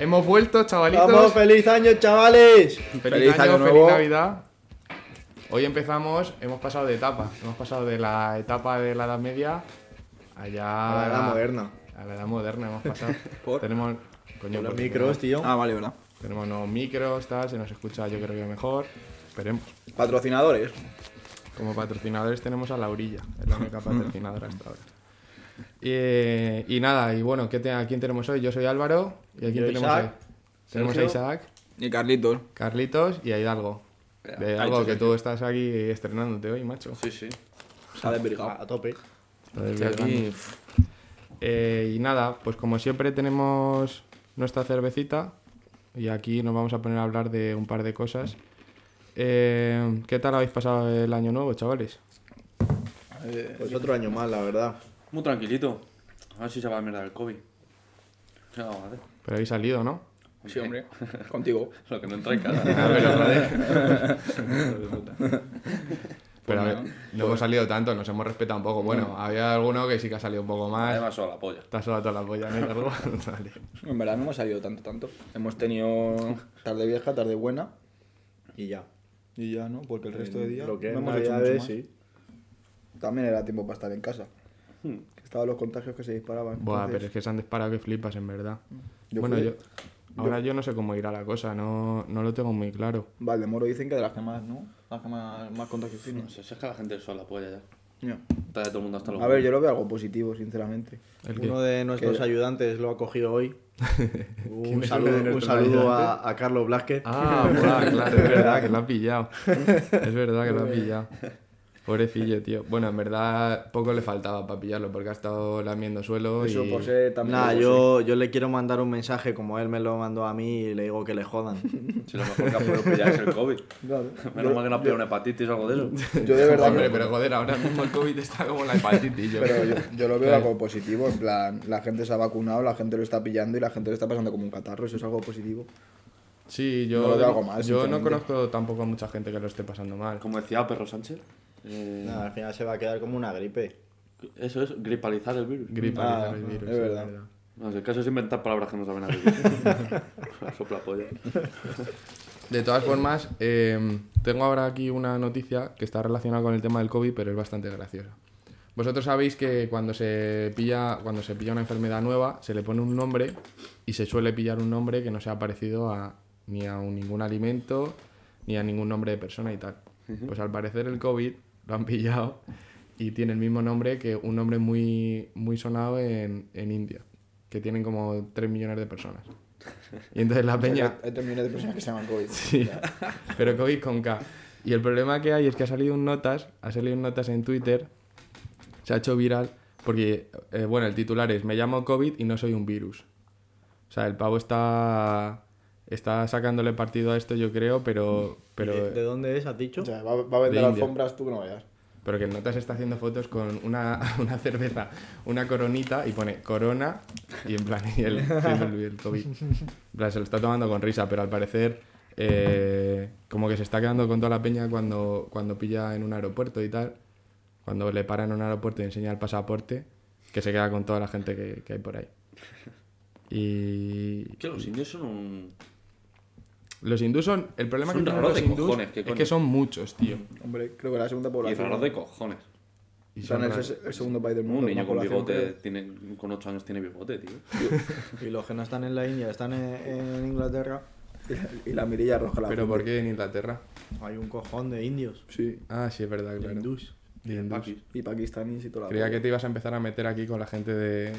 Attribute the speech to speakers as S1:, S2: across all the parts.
S1: Hemos vuelto, chavalitos.
S2: ¡Vamos, feliz año, chavales!
S1: Feliz,
S3: Feliz
S1: año,
S3: año
S1: feliz
S3: nuevo.
S1: Navidad. Hoy empezamos, hemos pasado de etapa. Hemos pasado de la etapa de la Edad Media allá
S2: A
S3: Ah,
S2: la edad moderna.
S1: A la Edad Moderna hemos pasado.
S3: ¿Por?
S1: Tenemos coño,
S2: Con los
S1: porque
S2: micros, tío.
S3: Ah, vale, ¿verdad?
S1: tenemos- Tenemos nuevos micros, tal, se nos escucha yo creo que mejor. Esperemos.
S3: Patrocinadores.
S1: Como patrocinadores tenemos a Laurilla, es la única patrocinadora hasta ahora. Y, eh, y nada, y bueno, ¿qué te- ¿a quién tenemos hoy? Yo soy Álvaro y ¿a quién
S2: Yo,
S1: tenemos
S2: Isaac,
S1: hoy? Tenemos a
S2: Sergio.
S1: Isaac,
S3: Y Carlitos.
S1: Carlitos y a Hidalgo. De
S3: ha
S1: Hidalgo,
S3: dicho
S1: que tú estás aquí estrenándote hoy, macho.
S3: Sí, sí. Está desvirgado.
S2: A tope.
S3: eh,
S1: Entonces,
S3: Estoy aquí.
S1: Eh, y nada, pues como siempre tenemos nuestra cervecita y aquí nos vamos a poner a hablar de un par de cosas. Eh, ¿Qué tal habéis pasado el año nuevo, chavales?
S3: Eh,
S2: Pues otro año más, la verdad.
S4: Muy tranquilito. A ver si se va a mierda el COVID. ¿Qué vamos a hacer?
S1: Pero habéis salido, ¿no?
S3: Sí, hombre. Contigo.
S4: Lo que no entra en casa.
S3: Pues
S1: Pero a ver, no hemos salido tanto, nos hemos respetado un poco. Bueno, había alguno que sí que ha salido un poco más.
S4: Además, solo la polla.
S1: Está sola toda la polla, ¿no? Carlos? Vale.
S3: En verdad no hemos salido tanto, tanto. Hemos tenido tarde vieja, tarde buena.
S2: Y ya.
S3: Y ya, ¿no? Porque el resto de días
S2: Lo que es
S3: no hemos hecho mucho
S2: Navidades,
S3: más.
S2: sí.
S3: También era tiempo para estar en casa. Que Estaban los contagios que se disparaban.
S1: Buah, pero
S3: entonces- Mm.
S1: es que se han disparado que flipas, en verdad.
S3: Yo
S1: bueno,
S3: fui-
S1: yo. Ahora yo no sé cómo irá la cosa, no, no lo tengo muy claro.
S3: Valdemoro dicen que de las que más, ¿no? Las que más, más contagios
S4: No
S3: tienen.
S4: sé, si es que la gente sola la polla ya.
S3: Ya.
S4: Está ya todo el mundo hasta los
S3: A ver, yo lo veo algo positivo, sinceramente.
S1: ¿El qué?
S2: Uno de nuestros
S3: Que-
S2: ayudantes lo ha cogido hoy.
S1: ¿Quién
S2: Un
S1: es uno de
S2: saludo, un
S1: nuestros
S2: saludo a, a Carlos Blasquez.
S1: Ah, buah, claro, es verdad que lo ha pillado. Es verdad que lo ha pillado. Pobrecillo, tío. Bueno, en verdad poco le faltaba para pillarlo porque ha estado lamiendo suelo
S3: Eso pues, eh,
S1: y...
S3: por ser también.
S2: Nada, yo,
S3: algo
S2: yo le quiero mandar un mensaje como él me lo mandó a mí y le digo que le jodan.
S4: Si lo mejor que ha podido pillar es el COVID.
S3: así. Claro.
S4: Menos mal que no ha pillado una hepatitis o algo de eso.
S3: Yo de verdad.
S1: Hombre,
S3: que-
S1: pero joder, ahora mismo el COVID está como la hepatitis. Yo.
S3: pero yo, yo lo veo
S1: Claro.
S3: algo positivo. En plan, la gente se ha vacunado, la gente lo está pillando y la gente lo está pasando como un catarro. Eso es algo positivo.
S1: Sí, yo
S3: No lo
S1: de-
S3: hago mal,
S1: yo no
S3: sinceramente.
S1: conozco tampoco a mucha gente que lo esté pasando mal.
S4: Como decía Perro Sánchez, eh,
S2: Nada, al final se va a quedar como una gripe.
S4: eso es gripalizar el virus.
S1: Gripa,
S3: Ah,
S1: el virus.
S3: es
S1: sí,
S3: verdad.
S4: No sé, el caso es inventar palabras que no saben a qué. La sopla polla.
S1: De todas formas, eh, tengo ahora aquí una noticia que está relacionada con el tema del COVID, pero es bastante graciosa. Vosotros sabéis que cuando se pilla, cuando se pilla una enfermedad nueva, se le pone un nombre y se suele pillar un nombre que no sea parecido a ni a un- ningún alimento, ni a ningún nombre de persona y tal. Pues al parecer el COVID lo han pillado y tiene el mismo nombre que un nombre muy, muy sonado en, en India, que tienen como 3 millones de personas. Y entonces la peña...
S3: Hay tres millones de personas que se llaman COVID.
S1: Sí, pero COVID con K. Y el problema que hay es que ha salido un notas, ha salido un notas en Twitter, se ha hecho viral, porque, eh, bueno, el titular es, me llamo COVID y no soy un virus. O sea, el pavo está, está sacándole partido a esto, yo creo, pero, pero, eh,
S2: ¿De, de dónde es? ¿Has dicho?
S3: O sea, va, va a
S1: De
S3: vender
S1: India.
S3: alfombras tú que no veas.
S1: pero que el notas está haciendo fotos con una, una cerveza, una coronita y pone corona y en plan, y el, siendo el, el COVID. En plan, se lo está tomando con risa, pero al parecer eh, como que se está quedando con toda la peña cuando, cuando pilla en un aeropuerto y tal. Cuando le paran en un aeropuerto y enseña el pasaporte, que se queda con toda la gente que, que hay por ahí. Y
S4: Que los indios son un.
S1: los hindús son... El problema
S4: Son
S1: que tienen
S4: raros
S1: los
S4: de
S1: hindús
S4: cojones, ¿qué
S1: es
S4: coño?
S1: que son muchos, tío.
S3: Hombre, creo que la segunda
S4: Y
S3: población.
S4: raros de cojones.
S1: Y
S3: Son el,
S1: raros.
S3: ses- el segundo país del mundo.
S4: Un niño
S3: más
S4: con
S3: población,
S4: bigote,
S3: creo.
S4: tiene, con 8 años tiene bigote, tío.
S2: Y los que no están en la India están en, en Inglaterra.
S3: Y la mirilla roja. La
S1: Pero
S3: frente.
S1: ¿por qué en Inglaterra?
S2: Hay un cojón de indios.
S3: Sí.
S1: Ah, sí, es verdad,
S2: De
S1: claro.
S2: hindús.
S1: De hindús.
S4: Paquis.
S3: Y pakistaníes y toda la
S1: Creía
S3: polla.
S1: que te ibas a empezar a meter aquí con la gente de,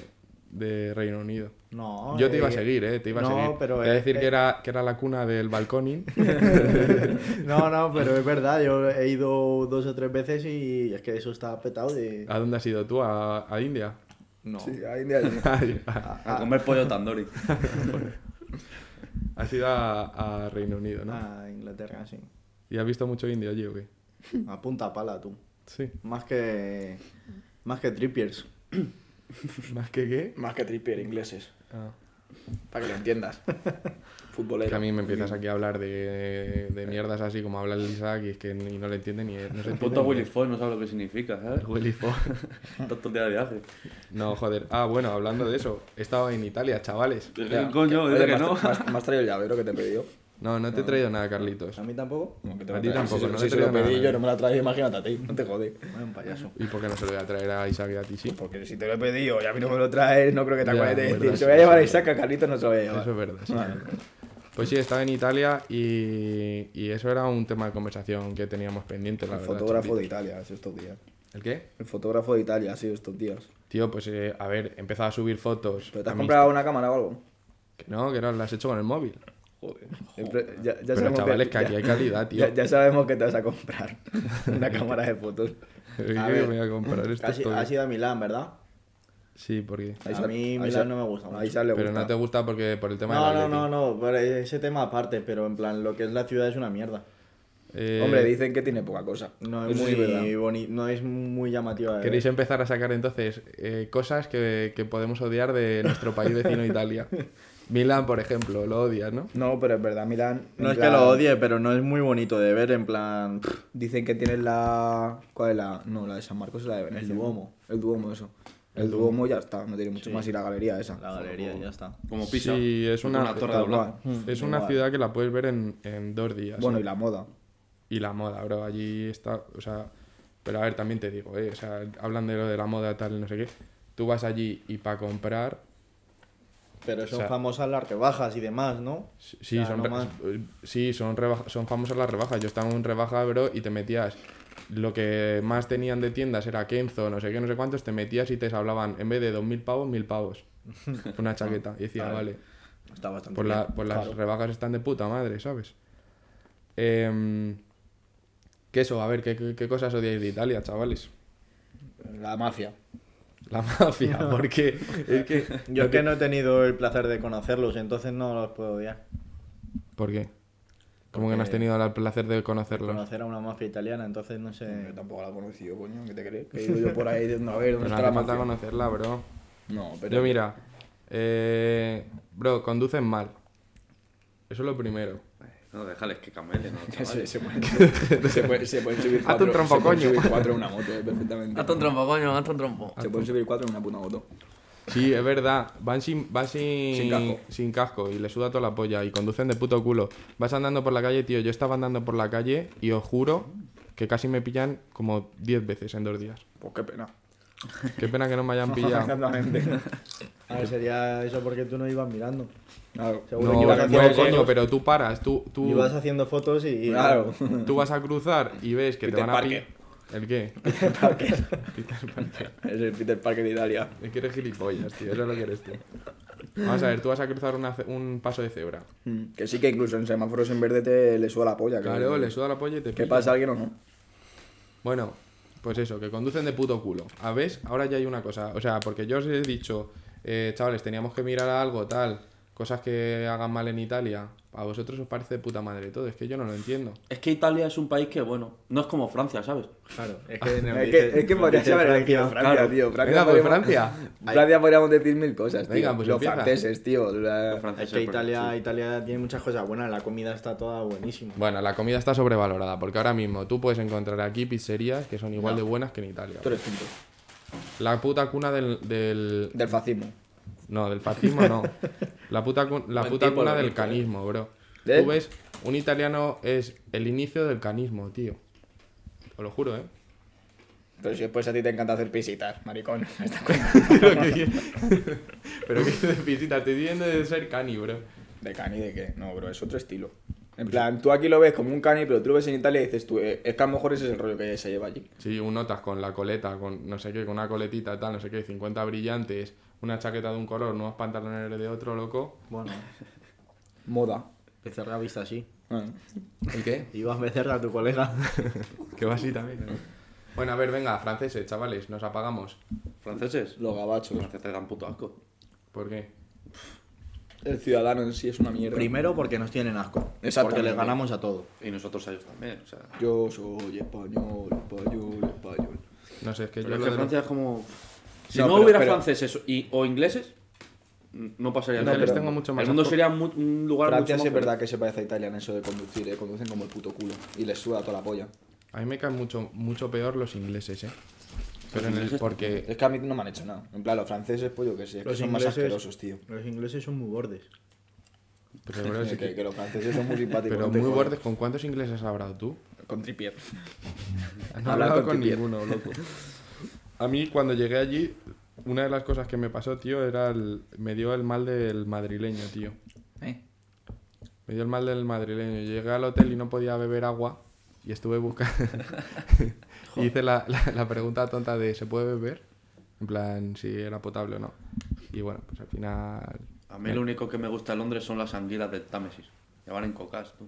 S1: de Reino Unido.
S2: No.
S1: Yo te iba a
S2: eh,
S1: seguir, eh, te iba
S2: no,
S1: a seguir.
S2: pero
S1: te iba a
S2: es-
S1: decir que,
S2: eh.
S1: era, que era la cuna del balconing.
S2: No, no, pero es verdad. Yo he ido dos o tres veces y es que eso está petado de.
S1: ¿A dónde has ido tú? ¿A, a India?
S2: No.
S3: Sí, a India. Ah.
S4: A comer pollo tandori.
S1: Has ido a, a Reino Unido, ¿no?
S2: A Inglaterra, sí.
S1: ¿Y has visto mucho indio allí o qué?
S2: A punta pala, tú.
S1: Sí.
S2: Más que. Más que Trippiers.
S1: ¿Más que qué?
S3: Más que tripier, ingleses.
S1: Ah.
S3: Para que lo entiendas.
S1: Que
S3: Futbolero.
S1: a mí me empiezas aquí a hablar de, de mierdas así como habla el Isaac y es que ni- no le entiende ni él. No se
S4: El
S1: entiende
S4: puto
S1: ni
S4: Willy
S1: él.
S4: Foy no sabe lo que significa, ¿sabes?
S1: Willy Fo.
S4: Tanto día de viaje.
S1: No, joder. Ah, bueno, hablando de eso, he estado en Italia, chavales.
S3: Ya.
S4: Coño,
S3: Oye,
S4: dice que
S3: ¿me has
S4: no.
S3: tra- ¿Me has- me has traído el llavero que te he pedido?
S1: No, no te he traído nada, Carlitos.
S2: ¿A mí tampoco?
S3: No, que
S1: A
S3: lo
S1: ti
S3: traigo.
S1: tampoco,
S3: Si se-
S1: no
S3: si
S1: te
S3: se
S1: traigo
S3: lo
S1: nada.
S3: pedí yo, no me la traes, imagínate a ti. No te jode.
S2: Vaya, un payaso.
S1: ¿Y por qué no se lo voy a traer a Isaac y a ti, sí?
S3: Porque si te lo he pedido y a mí no me lo traes, no creo que te
S1: Ya,
S3: acuerdes de
S1: verdad,
S3: decir.
S1: sí,
S3: Se voy a llevar
S1: sí.
S3: a Isaac, a Carlitos no se lo voy a llevar.
S1: Eso es verdad. sí. Pues sí, estaba en Italia y, y eso era un tema de conversación que teníamos pendiente, la
S3: El
S1: verdad.
S3: fotógrafo
S1: Charlie.
S3: de Italia, así estos días.
S1: ¿El qué?
S3: El fotógrafo de Italia, así estos días.
S1: Tío, pues eh, a ver, empezaba a subir fotos.
S3: ¿Pero te
S1: a
S3: has
S1: mi
S3: comprado una cámara o algo?
S1: Insta- Que no, que no, las he hecho con el móvil.
S3: Joder. Ya, ya
S1: Pero
S3: sabemos
S1: chavales, que aquí hay calidad, tío.
S3: Ya, ya sabemos que te vas a comprar una cámara de fotos.
S1: Yo
S2: ver,
S1: voy a comprar esto.
S2: Has,
S1: todo.
S2: has ido a Milán, ¿verdad?
S1: Sí, porque...
S3: Ahí
S2: A
S3: sale-
S2: mí
S3: ahí
S2: Milán
S3: sale-
S2: no me gusta mucho.
S3: Ahí sale
S1: Pero no te gusta porque por el tema
S2: No,
S1: del
S2: no,
S1: Atleti.
S2: no, no, pero ese tema aparte, pero en plan, lo que es la ciudad es una mierda.
S1: Eh,
S3: Hombre, dicen que tiene poca cosa.
S2: No es,
S3: Eso
S2: muy
S3: sí verdad.
S2: boni- no es muy llamativa. eh.
S1: ¿Queréis empezar a sacar entonces eh, cosas que, que podemos odiar de nuestro país vecino Italia? Milán, por ejemplo, lo odias, ¿no?
S3: No, pero es verdad, Milán. en
S2: No es que
S3: plan,
S2: lo odie, pero no es muy bonito de ver, en plan... pff,
S3: Dicen que tienen la. ¿Cuál es la.? No, la de San Marcos es la de Venecia.
S2: El Duomo.
S3: El Duomo, eso. El Duomo ya está, no tiene mucho más. Y la galería esa.
S2: La galería, ya está.
S4: Como pisa.
S1: Sí, es una-
S4: torre Mm.
S3: Tal
S4: doblada.
S3: cual.
S1: Es
S3: Tal
S1: una
S3: cual.
S1: ciudad que la puedes ver en, en dos días.
S3: Bueno,
S1: ¿eh?
S3: y la moda.
S1: Y la moda, bro. Allí está, o sea... Pero a ver, también te digo, ¿eh? O sea, hablan de lo de la moda, tal, no sé qué. Tú vas allí y para comprar...
S2: Pero son
S1: O sea-
S2: famosas las rebajas y demás, ¿no?
S1: Sí,
S2: O sea,
S1: son,
S2: no
S1: re- eh,
S2: más.
S1: sí son, rebaja- son famosas las rebajas. Yo estaba en un rebaja, bro, y te metías. Lo que más tenían de tiendas era Kenzo, no sé qué, no sé cuántos. Te metías y te hablaban, en vez de 2.000 pavos, 1.000 pavos. Una chaqueta. Y decía, vale,
S3: Está bastante
S1: pues, la- pues las rebajas están de puta madre, ¿sabes? Em, que eso, a ver, ¿qué, qué, qué cosas odiáis de Italia, chavales?
S3: La mafia.
S1: La mafia, porque es que...
S2: Yo es que no he tenido el placer de conocerlos, entonces no los puedo odiar.
S1: ¿Por qué? Como que no has
S2: Porque-
S1: tenido el placer de conocerlos.
S2: Conocer a una mafia italiana, entonces no sé...
S3: Yo tampoco la he conocido, coño. ¿Qué te crees? Que he ido yo por ahí diciendo, a ver, ¿dónde
S1: Pero no
S3: está la
S1: hace falta
S3: mafia?
S1: conocerla, bro.
S3: No, pero.
S1: Yo mira, eh, bro, conducen mal. Eso es lo primero.
S4: No, déjales que camelen, ¿no?
S3: Se,
S4: chavales?
S3: se pueden, se, pueden, se pueden subir
S1: Hazte
S3: cuatro,
S1: un trompo,
S3: se pueden
S1: coño.
S3: subir cuatro en una moto, eh, perfectamente.
S4: Hazte un trompo, coño, hazte un trompo.
S3: Se pueden subir cuatro en una puta moto.
S1: Sí, es verdad. Van sin, van sin,
S3: Sin casco.
S1: sin casco y le suda toda la polla y conducen de puto culo. Vas andando por la calle, tío. Yo estaba andando por la calle y os juro que casi me pillan como 10 veces en dos días.
S3: Pues qué pena.
S1: Qué pena que no me hayan pillado.
S3: Exactamente.
S2: A ver, sería eso porque tú no ibas mirando.
S3: Claro.
S2: Seguro que
S1: No,
S2: ibas
S1: no,
S2: haciendo,
S1: coño, pero tú paras, tú, tú,
S2: ibas haciendo fotos y...
S3: Claro.
S1: tú vas a cruzar y ves que te
S3: Peter
S1: van a
S3: Parker.
S1: pillar. ¿El qué?
S3: Es el Peter Parker de Italia.
S1: Es que eres gilipollas, tío. Eso es lo que eres tú. Vamos a ver, tú vas a cruzar una ce- un paso de cebra.
S3: Mm, Que sí que incluso en semáforos en verde te le suda la polla. que-
S1: Claro, le suda la polla y te
S3: Que
S1: pilla.
S3: pasa alguien o no.
S1: Bueno, pues eso, que conducen de puto culo. A ves, ahora ya hay una cosa. O sea, porque yo os he dicho, eh, chavales, teníamos que mirar a algo, tal, cosas que hagan mal en Italia. A vosotros os parece de puta madre todo, es que yo no lo entiendo.
S4: Es que Italia es un país que, bueno, no es como Francia, ¿sabes?
S2: Claro, es que, nos
S3: Es
S2: dice-
S3: que, es que
S2: nos
S3: podrías
S2: dice
S3: haber
S2: Francia.
S3: elegido Francia,
S4: Claro.
S3: tío. Francia
S1: Venga, pues
S3: podríamos-
S1: Francia.
S3: Francia podríamos decir mil cosas, tío.
S1: Venga, pues
S3: Los
S1: empieza.
S3: franceses, tío. la-
S4: Los
S2: Es
S4: franceses,
S2: que
S4: porque-
S2: Italia,
S4: sí.
S2: Italia tiene muchas cosas buenas, la comida está toda buenísima.
S1: Bueno, la comida está sobrevalorada, porque ahora mismo tú puedes encontrar aquí pizzerías que son igual de buenas que en Italia.
S3: Tres puntos.
S1: La puta cuna del- del,
S3: Del fascismo.
S1: No, del fascismo no. La puta, cu- la
S4: Buen
S1: puta
S4: tipo,
S1: cuna
S4: lo
S1: del
S4: que fue.
S1: canismo, bro.
S3: ¿Eh?
S1: Tú ves, un italiano es el inicio del canismo, tío. Os lo juro, ¿eh?
S3: Pero si después a ti te encanta hacer visitas, maricón.
S1: Pero que- Pero que de visitas, te diciendo de ser cani, bro.
S3: ¿De cani de qué? No, bro, es otro estilo. En plan, tú aquí lo ves como un cani, pero tú lo ves en Italia y dices tú, eh, es que a lo mejor ese es el rollo que se lleva allí.
S1: Sí, un notas con la coleta, con no sé qué, con una coletita, tal, no sé qué, 50 brillantes, una chaqueta de un color, nuevos pantalones de otro, loco.
S2: Bueno,
S3: Moda.
S2: Becerra vista así.
S3: Ah.
S1: ¿El qué?
S2: Ibas Becerra a tu colega.
S1: Que va así también. Bueno, a ver, venga, franceses, chavales, nos apagamos.
S4: ¿Franceses?
S3: Los gabachos.
S4: Francia te dan puto asco.
S1: ¿Por qué?
S3: El ciudadano en sí es una mierda.
S2: Primero porque nos tienen asco. Porque
S3: Exactamente.
S2: les ganamos a todo.
S4: Y nosotros a ellos también, o sea...
S3: Yo soy español, español, español.
S1: No sé, es que
S4: Pero
S1: yo
S4: es
S1: lo
S4: que
S1: de-
S4: Francia es como... Si
S3: No,
S4: no,
S3: pero-
S4: hubiera
S3: pero-
S4: franceses y, o ingleses, No pasaría
S1: No,
S4: nada.
S1: pero tengo mucho más
S4: El mundo
S1: asco.
S4: sería mu- un lugar
S3: Francia
S4: mucho
S3: sí
S4: más
S3: es verdad que se parece a Italia en eso de conducir, eh, conducen como el puto culo y les suda toda la polla.
S1: A mí me caen mucho, mucho peor los ingleses, ¿eh? Pero en el,
S4: ingleses
S1: porque
S3: Es que a mí no me han hecho nada. En plan, los franceses, pues yo que sé, es que son más asquerosos, tío.
S2: Los ingleses son muy bordes.
S1: pero, bueno, sí
S3: que,
S1: que-
S3: que los franceses son muy simpáticos.
S1: pero
S3: no te
S1: muy
S3: jodas.
S1: bordes, ¿con cuántos ingleses has hablado tú?
S3: Con Trippier.
S1: No he
S3: Hablar
S1: hablado
S3: con
S1: con
S3: tu tía.
S1: ninguno, loco. A mí, cuando llegué allí, una de las cosas que me pasó, tío, era el... Me dio el mal del madrileño, tío.
S3: ¿Eh?
S1: Me dio el mal del madrileño. Llegué al hotel y no podía beber agua y estuve buscando... y hice la, la- la pregunta tonta de ¿se puede beber? En plan, si era potable o no. Y bueno, pues al final...
S4: A mí lo único que me gusta de Londres son las anguilas del Támesis. Ya van en cocas, tú.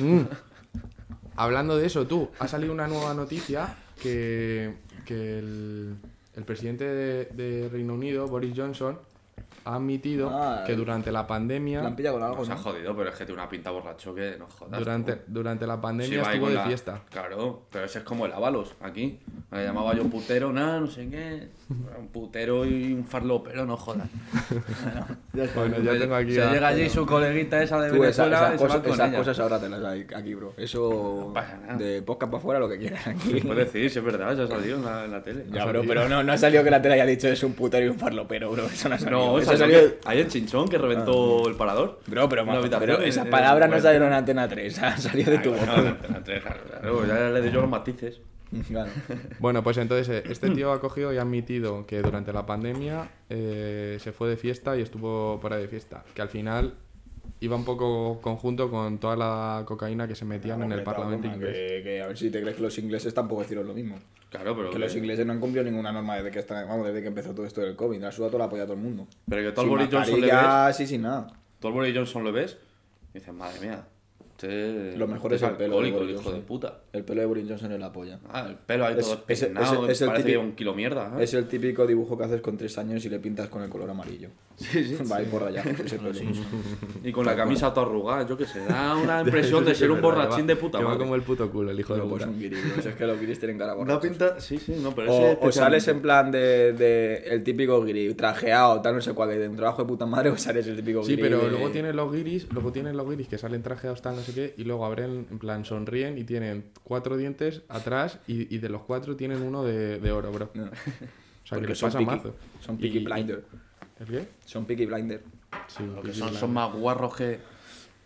S1: Mm. Hablando de eso, tú, ha salido una nueva noticia que, que el, el presidente de, de Reino Unido, Boris Johnson, ha admitido
S3: Ah,
S1: que durante la pandemia,
S3: La han pillado con algo,
S4: Se ha
S3: ¿no?
S4: jodido, pero es que tiene una pinta borracho que no jodas.
S1: durante,
S4: tú.
S1: durante la
S4: Sí,
S1: pandemia
S4: va ahí
S1: estuvo
S4: con
S1: de
S4: la-
S1: fiesta.
S4: Claro, pero ese es como el Ábalos aquí. Me llamaba yo putero, nada, no sé qué. Era Un putero y un farlopero, no jodas.
S3: Ya está.
S1: Bueno, ya
S4: Se-
S1: tengo aquí
S4: Se
S1: a-
S4: llega allí su coleguita esa de
S3: Tú, esa-
S4: Venezuela
S3: esas
S4: y se
S3: cosas,
S4: va con
S3: esas
S4: ella.
S3: cosas ahora te las hay aquí, bro. Eso
S4: pasa nada.
S3: de podcast para afuera, lo que quieras aquí.
S4: Se Puede decir, si es verdad, ya ha salido en la, en la tele.
S3: Ya, bro, pero no, no ha salido que la tele haya dicho es un putero y un farlopero, bro. Eso no ha salido.
S4: No,
S3: Eso salió-
S4: salió
S3: Ah,
S4: que- ahí el chinchón que reventó el parador.
S3: Bro, pero,
S4: Una
S3: ma-
S4: habitación
S3: pero
S4: en-
S3: esas
S4: en-
S3: palabras no
S4: en-
S3: salieron en Antena 3, han salido de tu
S4: Bueno,
S3: boca.
S4: la tres, claro, claro, ya le doy yo los matices.
S3: Claro.
S1: Bueno, pues entonces eh, este tío ha cogido y ha admitido que durante la pandemia eh, se fue de fiesta y estuvo por ahí de fiesta. Que al final iba un poco conjunto con toda la cocaína que se metían en el
S3: Hombre,
S1: Parlamento
S3: toma, que-
S1: inglés.
S3: que a ver si te crees que los ingleses tampoco hicieron lo mismo.
S4: Claro, pero.
S3: Que los ingleses no han cumplido ninguna norma desde que, está- vamos, desde que empezó todo esto del COVID. Le ha sudado toda la polla a todo el mundo.
S4: Pero que tú al
S3: Sin
S4: Boris Johnson le ves.
S3: mascarilla, sí, sin nada.
S4: Tú al Boris Johnson le ves y dices, madre mía. Este,
S3: Lo mejor
S4: este
S3: es el pelo de
S4: alcohólico,
S3: Boris
S4: el hijo de
S3: Johnson.
S4: puta.
S3: El pelo de Boris Johnson es la polla.
S4: Ah, el pelo ahí
S3: Es-
S4: todo
S3: es-
S4: peinado,
S3: es- es el
S4: parece que
S3: típico-
S4: lleva un kilo mierda. ¿eh?
S3: Es el típico dibujo que haces con tres años y le pintas con el color amarillo.
S4: Sí, sí,
S3: Va a ir por allá. ese pelo.
S4: Y con la camisa toda arrugada, yo qué sé. Da una impresión de ser un borrachín de puta
S1: Que va
S4: madre.
S1: como el puto culo, el hijo de
S3: Pero pues
S1: puta.
S3: un guiri, bro. Si es que los guiris tienen cara
S4: Una
S3: borrachos.
S4: pinta. Sí, sí, no, pero ese.
S3: O, o sales en plan de, de el típico guiri, trajeado, tal, no sé cuál, de un trabajo de puta madre, o sales el típico
S1: Sí,
S3: guiri.
S1: pero
S3: de-
S1: luego tienen los guiris, luego tienen los guiris que salen trajeados tal no sé qué, y luego abren, en plan, sonríen y tienen cuatro dientes atrás y, y de los cuatro tienen uno de, de oro, bro.
S3: No,
S1: O sea,
S3: porque
S1: que les
S3: son
S1: pasa
S3: picky,
S1: mazo.
S3: Son picky
S1: Y-
S3: blinder.
S1: ¿El qué?
S3: Son picky blinder.
S1: Sí,
S4: Que
S1: picky
S4: son,
S1: blind.
S4: son más guarros que.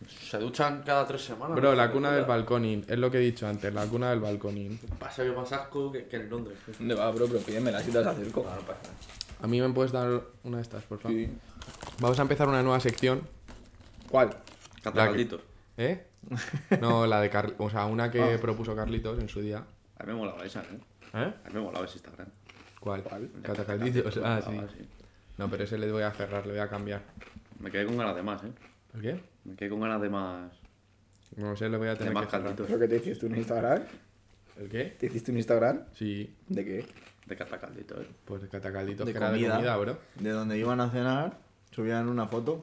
S4: Se duchan cada tres semanas.
S1: Bro,
S4: ¿no?
S1: la cuna del
S4: Puta.
S1: balconín, es lo que he dicho antes, la cuna del balconín.
S4: Pasa que más asco que, que en Londres.
S3: ¿Dónde va, bro? Pero pídeme las citas acerco.
S4: Ah, no pasa nada.
S1: A mí me puedes dar una de estas, por favor.
S3: Sí.
S1: Vamos a empezar una nueva sección,
S3: ¿Cuál?
S4: Catacalditos.
S1: ¿eh? No, la de Carlitos, o sea, una que propuso Carlitos en su día.
S4: A mí me molaba esa, Ah. ¿eh?
S1: ¿eh?
S4: A mí me molaba ese Instagram.
S1: ¿Cuál?
S3: ¿Cuál?
S1: Catacalditos. Ah, sí.
S4: Ah, sí.
S1: No, pero ese le voy a cerrar, le voy a cambiar.
S4: Me quedé con ganas de más, ¿eh?
S1: ¿Por qué?
S4: Me quedé con ganas de más.
S1: No sé, le voy a
S4: De
S1: tener
S4: más
S1: que cerrar.
S4: calditos.
S3: ¿Pero que te hiciste un Instagram?
S1: ¿El qué?
S3: ¿Te hiciste un Instagram?
S1: Sí,
S3: ¿De qué?
S4: De catacalditos, ¿eh?
S1: pues catacalditos
S2: De
S1: que era de
S2: comida.
S1: comida, bro.
S2: De donde iban a cenar, subían una foto.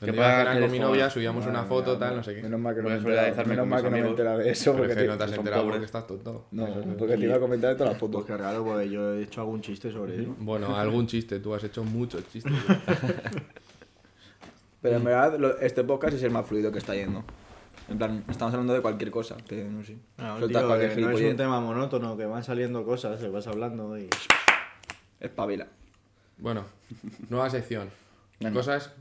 S1: Donde iba
S4: pasa
S1: a cenar
S4: que
S1: con mi
S4: eres joven.
S1: novia, subíamos
S3: Madre
S1: una foto,
S3: mía,
S1: tal,
S3: me-
S1: no sé qué.
S3: Menos mal que no
S4: Voy
S3: me
S4: a
S3: enteraba-
S4: solidarizarme
S3: menos
S4: con
S3: mal
S4: mis
S3: que no me he
S4: amigos.
S3: enterado de eso.
S1: Pero
S3: Porque
S1: es que no te
S3: te...
S1: has
S4: son
S1: enterado porque
S4: pobres.
S1: estás tonto. Eso es
S3: No,
S1: lo-
S3: porque te iba a comentar de todas las fotos.
S2: Pues que claro, porque yo he hecho algún chiste sobre eso.
S1: Bueno, algún chiste, tú has hecho muchos chistes.
S3: Pero
S1: Mm.
S3: en verdad, lo- este podcast es el más fluido que está yendo. En plan, estamos hablando de cualquier cosa. Que, no sé,
S2: No,
S3: sueltas
S2: tío, que
S3: cualquier
S4: eh,
S2: no es
S3: gilipollez.
S2: Ah, un tema monótono, que van saliendo cosas, te vas hablando y...
S3: Espabila.
S1: Bueno, nueva sección.
S3: Venga.
S1: Cosas.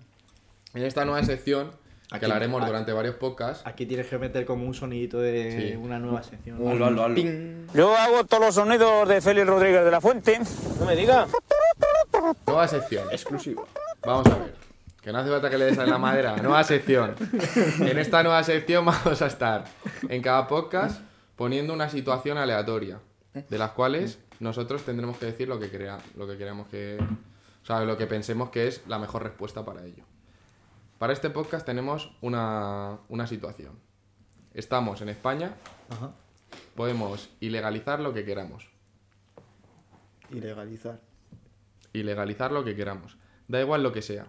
S1: En esta nueva sección,
S2: Aquí-
S1: que la haremos
S2: aquí-
S1: durante varios podcasts.
S2: Aquí tienes que meter como un sonidito de
S1: Sí.
S2: una nueva sección.
S4: Hazlo, hazlo, hazlo.
S5: Yo hago todos los sonidos de Félix Rodríguez de la Fuente. No me diga.
S1: Nueva sección.
S3: Exclusivo.
S1: Vamos a ver. Que no hace falta que le des a la madera. Nueva sección. En esta nueva sección vamos a estar en cada podcast poniendo una situación aleatoria. De las cuales nosotros tendremos que decir lo que, crea, lo que queramos que. O sea, lo que pensemos que es la mejor respuesta para ello. Para este podcast tenemos una, una situación. Estamos en España.
S2: Ajá.
S1: Podemos ilegalizar lo que queramos.
S2: Y legalizar.
S1: y legalizar lo que queramos. Da igual lo que sea.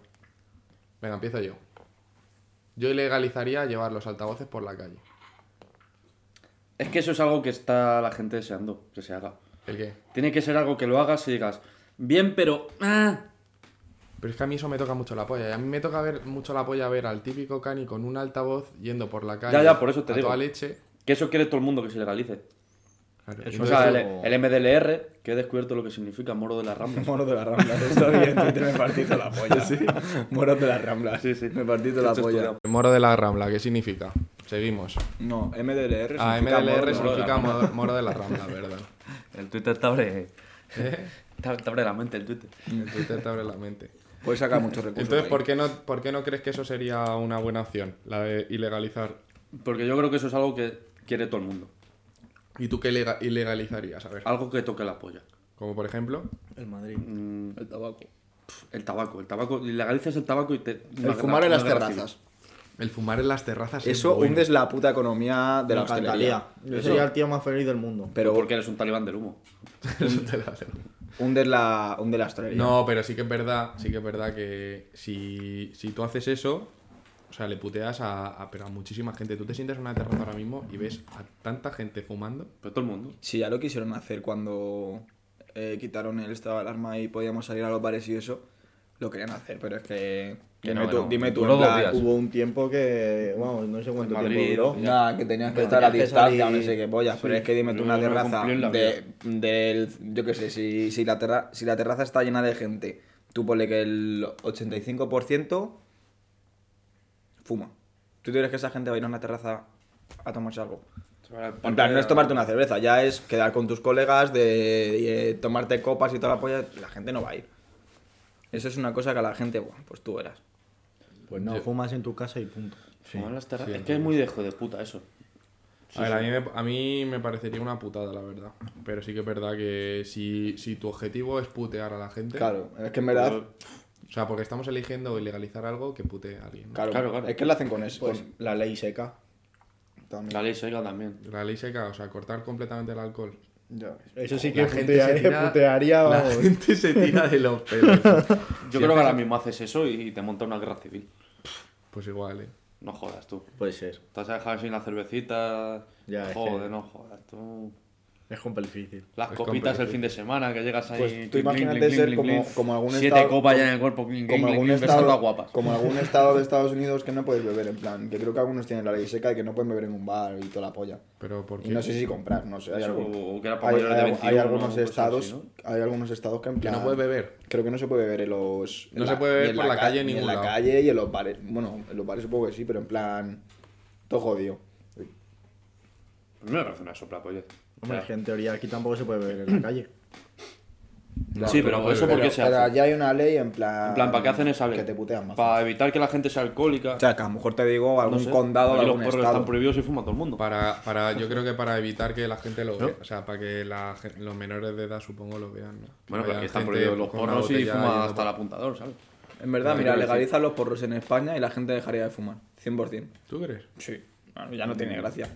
S1: Venga, empiezo yo. Yo ilegalizaría llevar los altavoces por la calle.
S4: Es que eso es algo que está la gente deseando que se haga.
S1: ¿El qué?
S4: Tiene que ser algo que lo hagas y digas, bien, pero. ah".
S1: Pero es que a mí eso me toca mucho la polla. Y a mí me toca ver mucho la polla ver al típico cani con un altavoz yendo por la calle.
S4: Ya, ya, por eso te
S1: a
S4: digo.
S1: toda leche.
S4: Que eso quiere todo el mundo que se legalice.
S1: Claro,
S6: Eso
S4: O
S1: entonces
S4: sea,
S1: tú-
S4: el, el MDLR, que he descubierto lo que significa moro de la rambla.
S3: Moros de la Rambla. Esto bien, Twitter me partido la polla. Sí. Moros de la Rambla.
S4: Sí, sí.
S3: Me partido la
S4: Esto
S3: polla.
S4: estudia-
S1: Moro de la Rambla, ¿qué significa? Seguimos.
S3: No, MDLR
S1: Ah,
S3: significa moro
S1: MDLR
S3: de la
S1: significa
S3: Rambla.
S1: Moro Moro de la Rambla, verdad.
S6: El Twitter te abre.
S4: ¿Eh?
S6: Te te abre la mente el Twitter.
S1: El Twitter te abre la mente.
S3: Puedes sacar muchos recursos.
S1: Entonces,
S3: ahí.
S1: ¿por qué, no, ¿por qué no crees que eso sería una buena opción? La de ilegalizar.
S4: Porque yo creo que eso es algo que quiere todo el mundo.
S1: ¿Y tú qué lega- ilegalizarías? A ver.
S4: Algo que toque la polla.
S1: Como por ejemplo.
S2: El Madrid.
S4: Mm,
S3: El tabaco.
S4: el tabaco. El tabaco. Legalizas el tabaco y te.
S3: El fumar en las terrazas.
S1: El fumar en las terrazas. es
S3: Eso
S1: bueno.
S3: hundes la puta economía de la
S2: Me encantaría.
S3: hostelería.
S2: Yo sería el tío más feliz del mundo.
S4: Pero porque eres un talibán del humo.
S1: Eso te la hacen.
S3: Hundes la, hundes la hostelería.
S1: No, pero sí que es verdad, sí que es verdad que si, si tú haces eso, o sea, le puteas a, a- pero a muchísima gente. Tú te sientes en una terraza ahora mismo y ves a tanta gente fumando.
S4: Pero todo el mundo.
S3: Si ya lo quisieron hacer cuando eh, quitaron el estado de alarma y podíamos salir a los bares y eso, lo querían hacer, pero es que. que
S4: No,
S3: dime tú,
S4: no,
S3: dime tú,
S4: duró
S3: en
S4: dos
S3: plan,
S4: días.
S3: hubo-
S2: Hubo un tiempo que, vamos, no sé cuánto
S4: En Madrid,
S2: tiempo duró.
S3: Nada, que tenías que
S2: Bueno,
S3: estar a
S2: tenías que
S3: distancia,
S2: salir-
S3: no sé qué pollas, pero es que dime tú
S4: Yo
S3: una
S4: no lo
S3: terraza
S4: cumplí en la
S3: de, del. Yo qué sé, si, si, la terra- si la terraza está llena de gente, tú ponle que el 85% fuma. ¿Tú crees que esa gente va a ir a una terraza a tomarse algo? En plan, no es tomarte
S4: eh,
S3: una cerveza, ya es quedar con tus colegas, de, de eh, tomarte copas y toda la polla, la gente no va a ir. Eso es una cosa que a la gente, bueno, pues tú verás.
S2: Pues no, fumas en tu casa y punto.
S4: Fumar en las terrazas. es que es muy de hijo de puta eso.
S1: a ver, a mí, me, a mí me parecería una putada, la verdad. Pero sí que es verdad que si, si tu objetivo es putear a la gente.
S3: Claro, es que en verdad,
S1: O sea, porque estamos eligiendo ilegalizar algo que putee a alguien. ¿no?
S3: claro,
S4: Claro, claro.
S3: es que lo hacen con eso.
S2: Pues
S3: con-
S2: la ley seca.
S3: también.
S4: La ley seca también.
S1: La ley seca, o sea, cortar completamente el alcohol.
S3: Ya ves.
S2: Eso sí que
S1: La gente se
S2: putearía,
S1: tira-
S2: putearía,
S1: la
S2: vamos.
S1: gente se tira de los pelos.
S4: Yo creo que ahora mismo haces eso y te monta una guerra civil.
S1: Pues igual, eh.
S4: No jodas tú.
S2: Puede ser.
S4: Te has dejado sin la cervecita.
S2: Ya, es
S4: Joder,
S2: que-
S4: no jodas tú.
S2: Es compl- difícil.
S4: Las
S1: Es
S4: copitas
S1: complicado.
S4: el fin de semana que llegas ahí.
S3: Pues tú
S4: clink, clink,
S3: imagínate
S4: clink,
S3: ser
S4: clink,
S3: como-
S4: clink.
S3: como algún
S4: Siete
S3: estado-
S4: copas ya
S3: como-
S4: en el cuerpo. Clink,
S3: como
S4: clink,
S3: algún,
S4: clink, besando a
S3: estado,
S4: guapas.
S3: como algún estado de Estados Unidos que no puedes beber, en plan, que creo que algunos tienen la ley seca y que no pueden beber en un bar y toda la polla.
S1: Pero ¿por
S3: Y
S1: qué?
S3: no sé si comprar, no sé. Hay,
S4: Eso,
S3: algún-
S4: o que era para
S3: hay,
S4: mayores de
S3: hay- hay
S4: 21,
S3: algunos
S4: cosas
S3: estados,
S4: así, ¿no?
S3: hay algunos estados que en
S1: Que
S3: plan,
S1: no puedes beber.
S3: Creo que no se puede beber en los. en
S1: No se puede beber
S3: ni en
S1: por la
S3: ca-
S1: calle en
S3: ni
S1: ningún
S3: En la
S1: lado.
S3: calle y en los bares. Bueno, en los bares supongo que sí, pero en plan. Todo jodido.
S4: No me parece una sopla, pues.
S2: Hombre, es que en teoría aquí tampoco se puede beber en la calle.
S4: Sí, pero eso porque se
S3: pero
S4: hace.
S3: ya hay una ley en plan.
S4: En plan, ¿para qué hacen esa ley?
S3: Que te putean más.
S4: Para evitar que la gente sea alcohólica.
S3: O sea, que a lo mejor te digo
S4: no
S3: algún
S4: sé.
S3: condado de
S4: Aquí
S3: algún
S4: los porros están
S3: estado.
S4: prohibidos y fuma todo el mundo.
S1: Para, para, yo creo que para evitar que la gente lo vea, o sea, para que la gen- los menores de edad supongo lo vean. ¿no?
S4: Bueno,
S1: Que haya
S4: pero aquí están
S1: gente
S4: prohibidos los
S1: con una
S4: porros y
S1: botella
S4: fuma
S1: yendo
S4: hasta
S1: por-
S4: el apuntador, ¿sabes?
S3: En verdad,
S4: No,
S3: mira,
S4: creo que sí.
S3: legalizan los porros en España y la gente dejaría de fumar. 100%.
S1: ¿Tú crees?
S3: Sí. Bueno, ya no tiene gracia.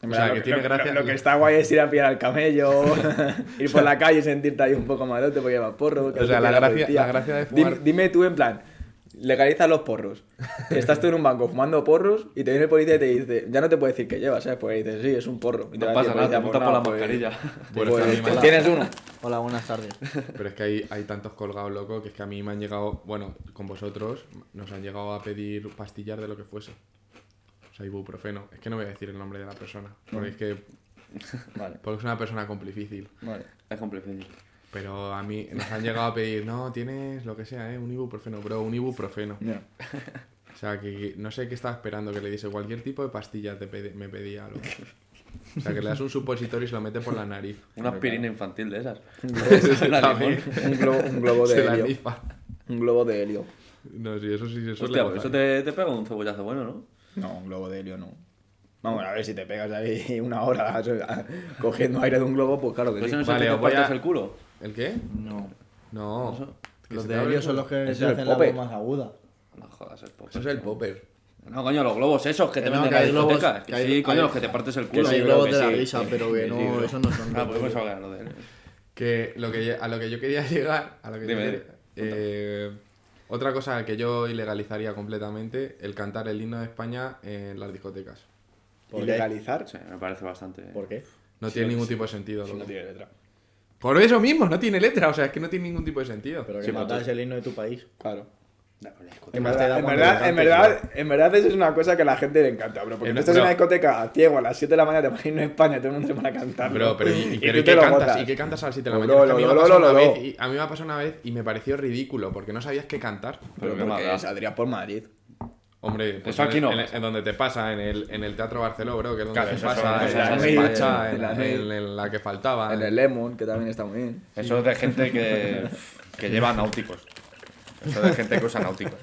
S1: O sea, que tiene gracia-
S3: Mm. Lo, que está guay es ir a pillar al camello, ir por la calle y sentirte ahí un poco malote porque llevas porro. que
S1: O sea,
S3: te
S1: la
S3: pilla
S1: gracia-
S3: policía.
S1: la gracia de
S3: Dim-
S1: fumar-
S3: Dime, tú, en plan, legalizas los porros. Estás tú en un banco fumando porros y te viene el policía y te dice, ya no te puede decir que llevas, ¿sabes? Pues dices, sí, es un porro. Y
S4: No
S3: va a
S4: pasa
S3: decir,
S4: nada, te
S3: policía,
S4: montas
S3: pues
S4: por la
S3: nada, pues-
S4: mascarilla.
S1: Pues
S3: pues,
S1: a mí me la-
S3: tienes uno.
S2: Hola, buenas tardes.
S1: Pero es que hay, hay tantos colgados, loco, que es que a mí me han llegado, bueno, con vosotros, nos han llegado a pedir pastillar de lo que fuese. O sea, ibuprofeno. Es que no voy a decir el nombre de la persona, porque es que
S3: Vale,
S1: porque es una persona difícil.
S3: vale.
S4: Es complicado.
S1: Pero a mí nos han llegado a pedir, no, tienes lo que sea, ¿eh? Un ibuprofeno, bro, un ibuprofeno.
S3: Ya.
S1: O sea, que no sé qué estaba esperando que le diese. Cualquier tipo de pastilla te pedi- me pedía algo. O sea, que le das un supositorio y se lo mete por la nariz.
S4: Una aspirina infantil de esas. Una
S1: También.
S4: limón.
S3: Un globo, un globo
S1: Se
S3: de
S1: la
S3: helio.
S1: nifa.
S3: Un globo de helio.
S1: No, sí, eso sí, eso
S4: Hostia,
S1: le
S4: pues eso
S1: gusta.
S4: te, te pega un cebollazo bueno, ¿no?
S3: No, un globo de helio no. Vamos a ver si te pegas ahí una hora cogiendo aire de un globo, pues claro que
S4: Pero
S3: sí.
S4: eso no es
S1: Vale,
S4: el que
S1: os
S4: te
S1: voy a-
S4: partes el culo.
S1: ¿El qué?
S2: No.
S1: No. Que
S2: Los
S1: se
S2: de
S1: te abre
S2: ellos
S1: el
S2: son los que
S3: es
S2: se
S3: el
S2: hacen la voz
S3: popper.
S2: más aguda.
S4: No jodas, el popper.
S1: Eso es el popper.
S4: No, coño, los globos esos que
S2: Que
S4: te
S2: no,
S4: venden
S2: que
S4: en
S2: hay
S4: la
S2: globos-
S4: discoteca.
S2: que
S4: Que
S2: hay-
S4: sí, coño,
S2: hay-
S4: los que te partes el culo.
S2: sí,
S4: yo
S2: globos
S4: creo
S2: de la
S4: sí.
S2: risa, pero que
S4: Sí,
S2: no,
S4: creo.
S2: esos no son
S4: Ah,
S2: globos.
S4: pues pensaba que eran los de él.
S1: Que, lo que, a lo que yo quería llegar, a lo que yo
S4: Dime,
S1: quería- eh, otra cosa que yo ilegalizaría completamente, el cantar el himno de España en las discotecas.
S2: ¿Por
S3: ¿Y legalizar?
S4: Sí, me parece bastante.
S2: ¿Por qué?
S1: No tiene ningún tipo de sentido. loco.
S3: tiene letra.
S1: Por eso mismo, no tiene letra, o sea, es que no tiene ningún tipo de sentido.
S2: Pero que matas el himno de tu país.
S3: Claro.
S2: ¿Qué
S3: En
S2: más te da
S3: verdad, en
S2: cuando lo
S3: verdad, en
S2: cantes,
S3: verdad, en verdad eso es una cosa que a la gente le encanta, Eh, bro. Porque
S1: En-
S3: no estás en
S1: bro.
S3: una discoteca a ciego a las 7 de la mañana, te pones en España, todo el mundo te va a cantar.
S1: Bro, pero ¿y, y-
S3: tú
S1: pero ¿y
S3: te
S1: qué
S3: lo
S1: cantas?
S3: gozas.
S1: ¿Y qué cantas a las 7 de la
S3: Lo,
S1: mañana?
S3: lo,
S1: Es que
S3: lo,
S1: a, mí me
S3: lo,
S1: pasó
S3: lo,
S1: una
S3: lo.
S1: vez y- a mí me ha pasado una vez y me pareció ridículo porque no sabías qué cantar.
S3: Pero
S7: Pero qué más
S3: porque
S7: da.
S3: saldrías por Madrid.
S1: Hombre, pues
S7: Eso
S1: en
S7: aquí
S1: el-
S7: no
S1: en, el-
S7: pasa.
S1: en donde te pasa, en el, en el Teatro Barceló, bro, que es donde
S7: Claro,
S1: te
S7: eso es una
S1: pasa, en
S7: cosa
S1: la
S7: de-
S1: despacha,
S3: de-
S1: en,
S3: de la
S1: en-
S3: ley.
S1: en la que faltaba.
S3: En el Lemon, que también está muy bien.
S7: Eso es de gente que, que lleva náuticos. Eso es de gente que usa náuticos.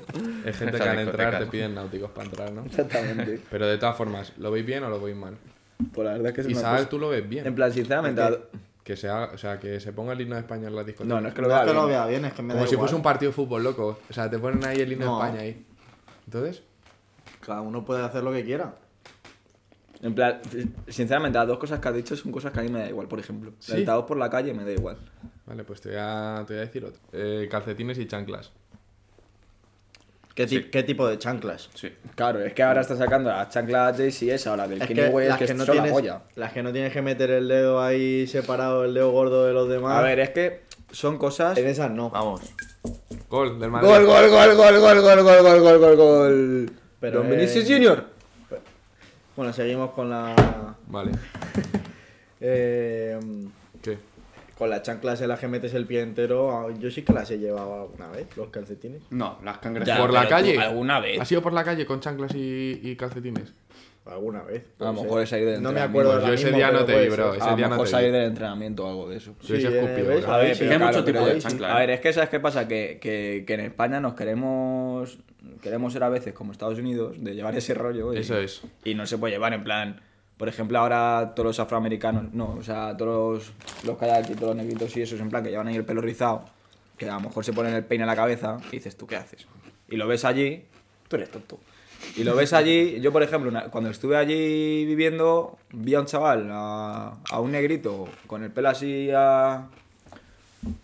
S1: Es gente que
S7: Esas
S1: al entrar
S7: discotecas,
S1: te
S7: ¿no?
S1: piden náuticos para entrar, ¿no?
S3: Exactamente.
S1: Pero de todas formas, ¿lo veis bien o lo veis mal?
S3: Pues la verdad es que es una
S1: Isabel,
S3: cosa-
S1: tú lo ves bien.
S3: En plan, sinceramente.
S1: Que se haga- o sea, que se ponga el himno de España en las discotecas.
S3: Pues No, no es que lo
S2: No es
S3: vea
S2: que lo
S3: bien.
S2: vea bien, es que me da
S1: Como si
S2: igual.
S1: fuese un partido de fútbol, loco. O sea, te ponen ahí el himno
S2: No.
S1: de España ahí. Entonces,
S2: Cada uno puede hacer lo que quiera.
S3: En plan, sinceramente, las dos cosas que has dicho son cosas que a mí me da igual, por ejemplo.
S1: ¿Sí?
S3: El altavoz por la calle me da igual.
S1: vale, pues te voy a, te voy a decir otro. Eh, calcetines y chanclas.
S2: ¿Qué, ti- qué tipo de chanclas?
S7: Sí.
S3: Claro, es que ahora está sacando las chanclas JCS, ahora del
S2: Es
S3: Kenny West,
S2: las
S3: que,
S2: que no
S3: son la
S2: tienes-
S3: polla.
S2: Las que no tienes que meter el dedo ahí separado, el dedo gordo de los demás.
S3: A ver, es que son cosas.
S2: en esas no.
S7: Vamos.
S1: Gol del Madrid.
S3: Gol, gol, gol, gol, gol, gol, gol, gol, gol, gol, gol.
S2: Pero,
S3: Don Vinicius
S2: eh,
S3: Junior.
S2: Bueno, seguimos con la.
S1: Vale.
S2: eh,
S1: ¿Qué?
S2: con las chanclas en las que metes el pie entero. Ah, Yo sí que las he llevado alguna vez, los calcetines.
S7: No, las cangrejas.
S1: ¿Por la
S8: pero tú,
S1: calle?
S8: alguna vez.
S1: ¿Has ido por la calle con chanclas y, y calcetines?
S2: Alguna vez.
S3: A lo
S2: puede
S3: mejor
S2: ser.
S3: he salido del
S2: No me
S3: entrenamiento.
S2: acuerdo
S1: Pues
S2: ahora
S1: yo ese
S2: mismo,
S1: día
S2: pero
S1: no te
S2: puede
S1: vi,
S2: ser.
S1: bro. Ese
S3: A lo
S1: día no
S3: mejor
S1: te
S3: salir
S1: vi.
S3: del entrenamiento o algo de eso.
S1: Yo hubiese
S2: eh,
S1: escupido,
S2: ¿ves?
S1: bro.
S2: A ver,
S7: Es que
S2: sí.
S7: hay
S3: Claro,
S7: mucho
S3: pero
S7: tipo de
S3: ahí sí.
S7: chancla.
S3: A
S7: ¿eh?
S3: ver, es que ¿sabes qué pasa? Que, que, que en España nos queremos queremos ser a veces como Estados Unidos, de llevar ese rollo. y-
S1: Eso es.
S3: Y no se puede llevar en plan, por ejemplo, ahora todos los afroamericanos, no, o sea, todos los, los cayacos y todos los negritos y esos, en plan, que llevan ahí el pelo rizado, que a lo mejor se ponen el peine en la cabeza y dices, ¿tú qué haces? Y lo ves allí, tú eres tonto. Y lo ves allí, yo por ejemplo, una- cuando estuve allí viviendo, vi a un chaval, a, a un negrito, con el pelo así a...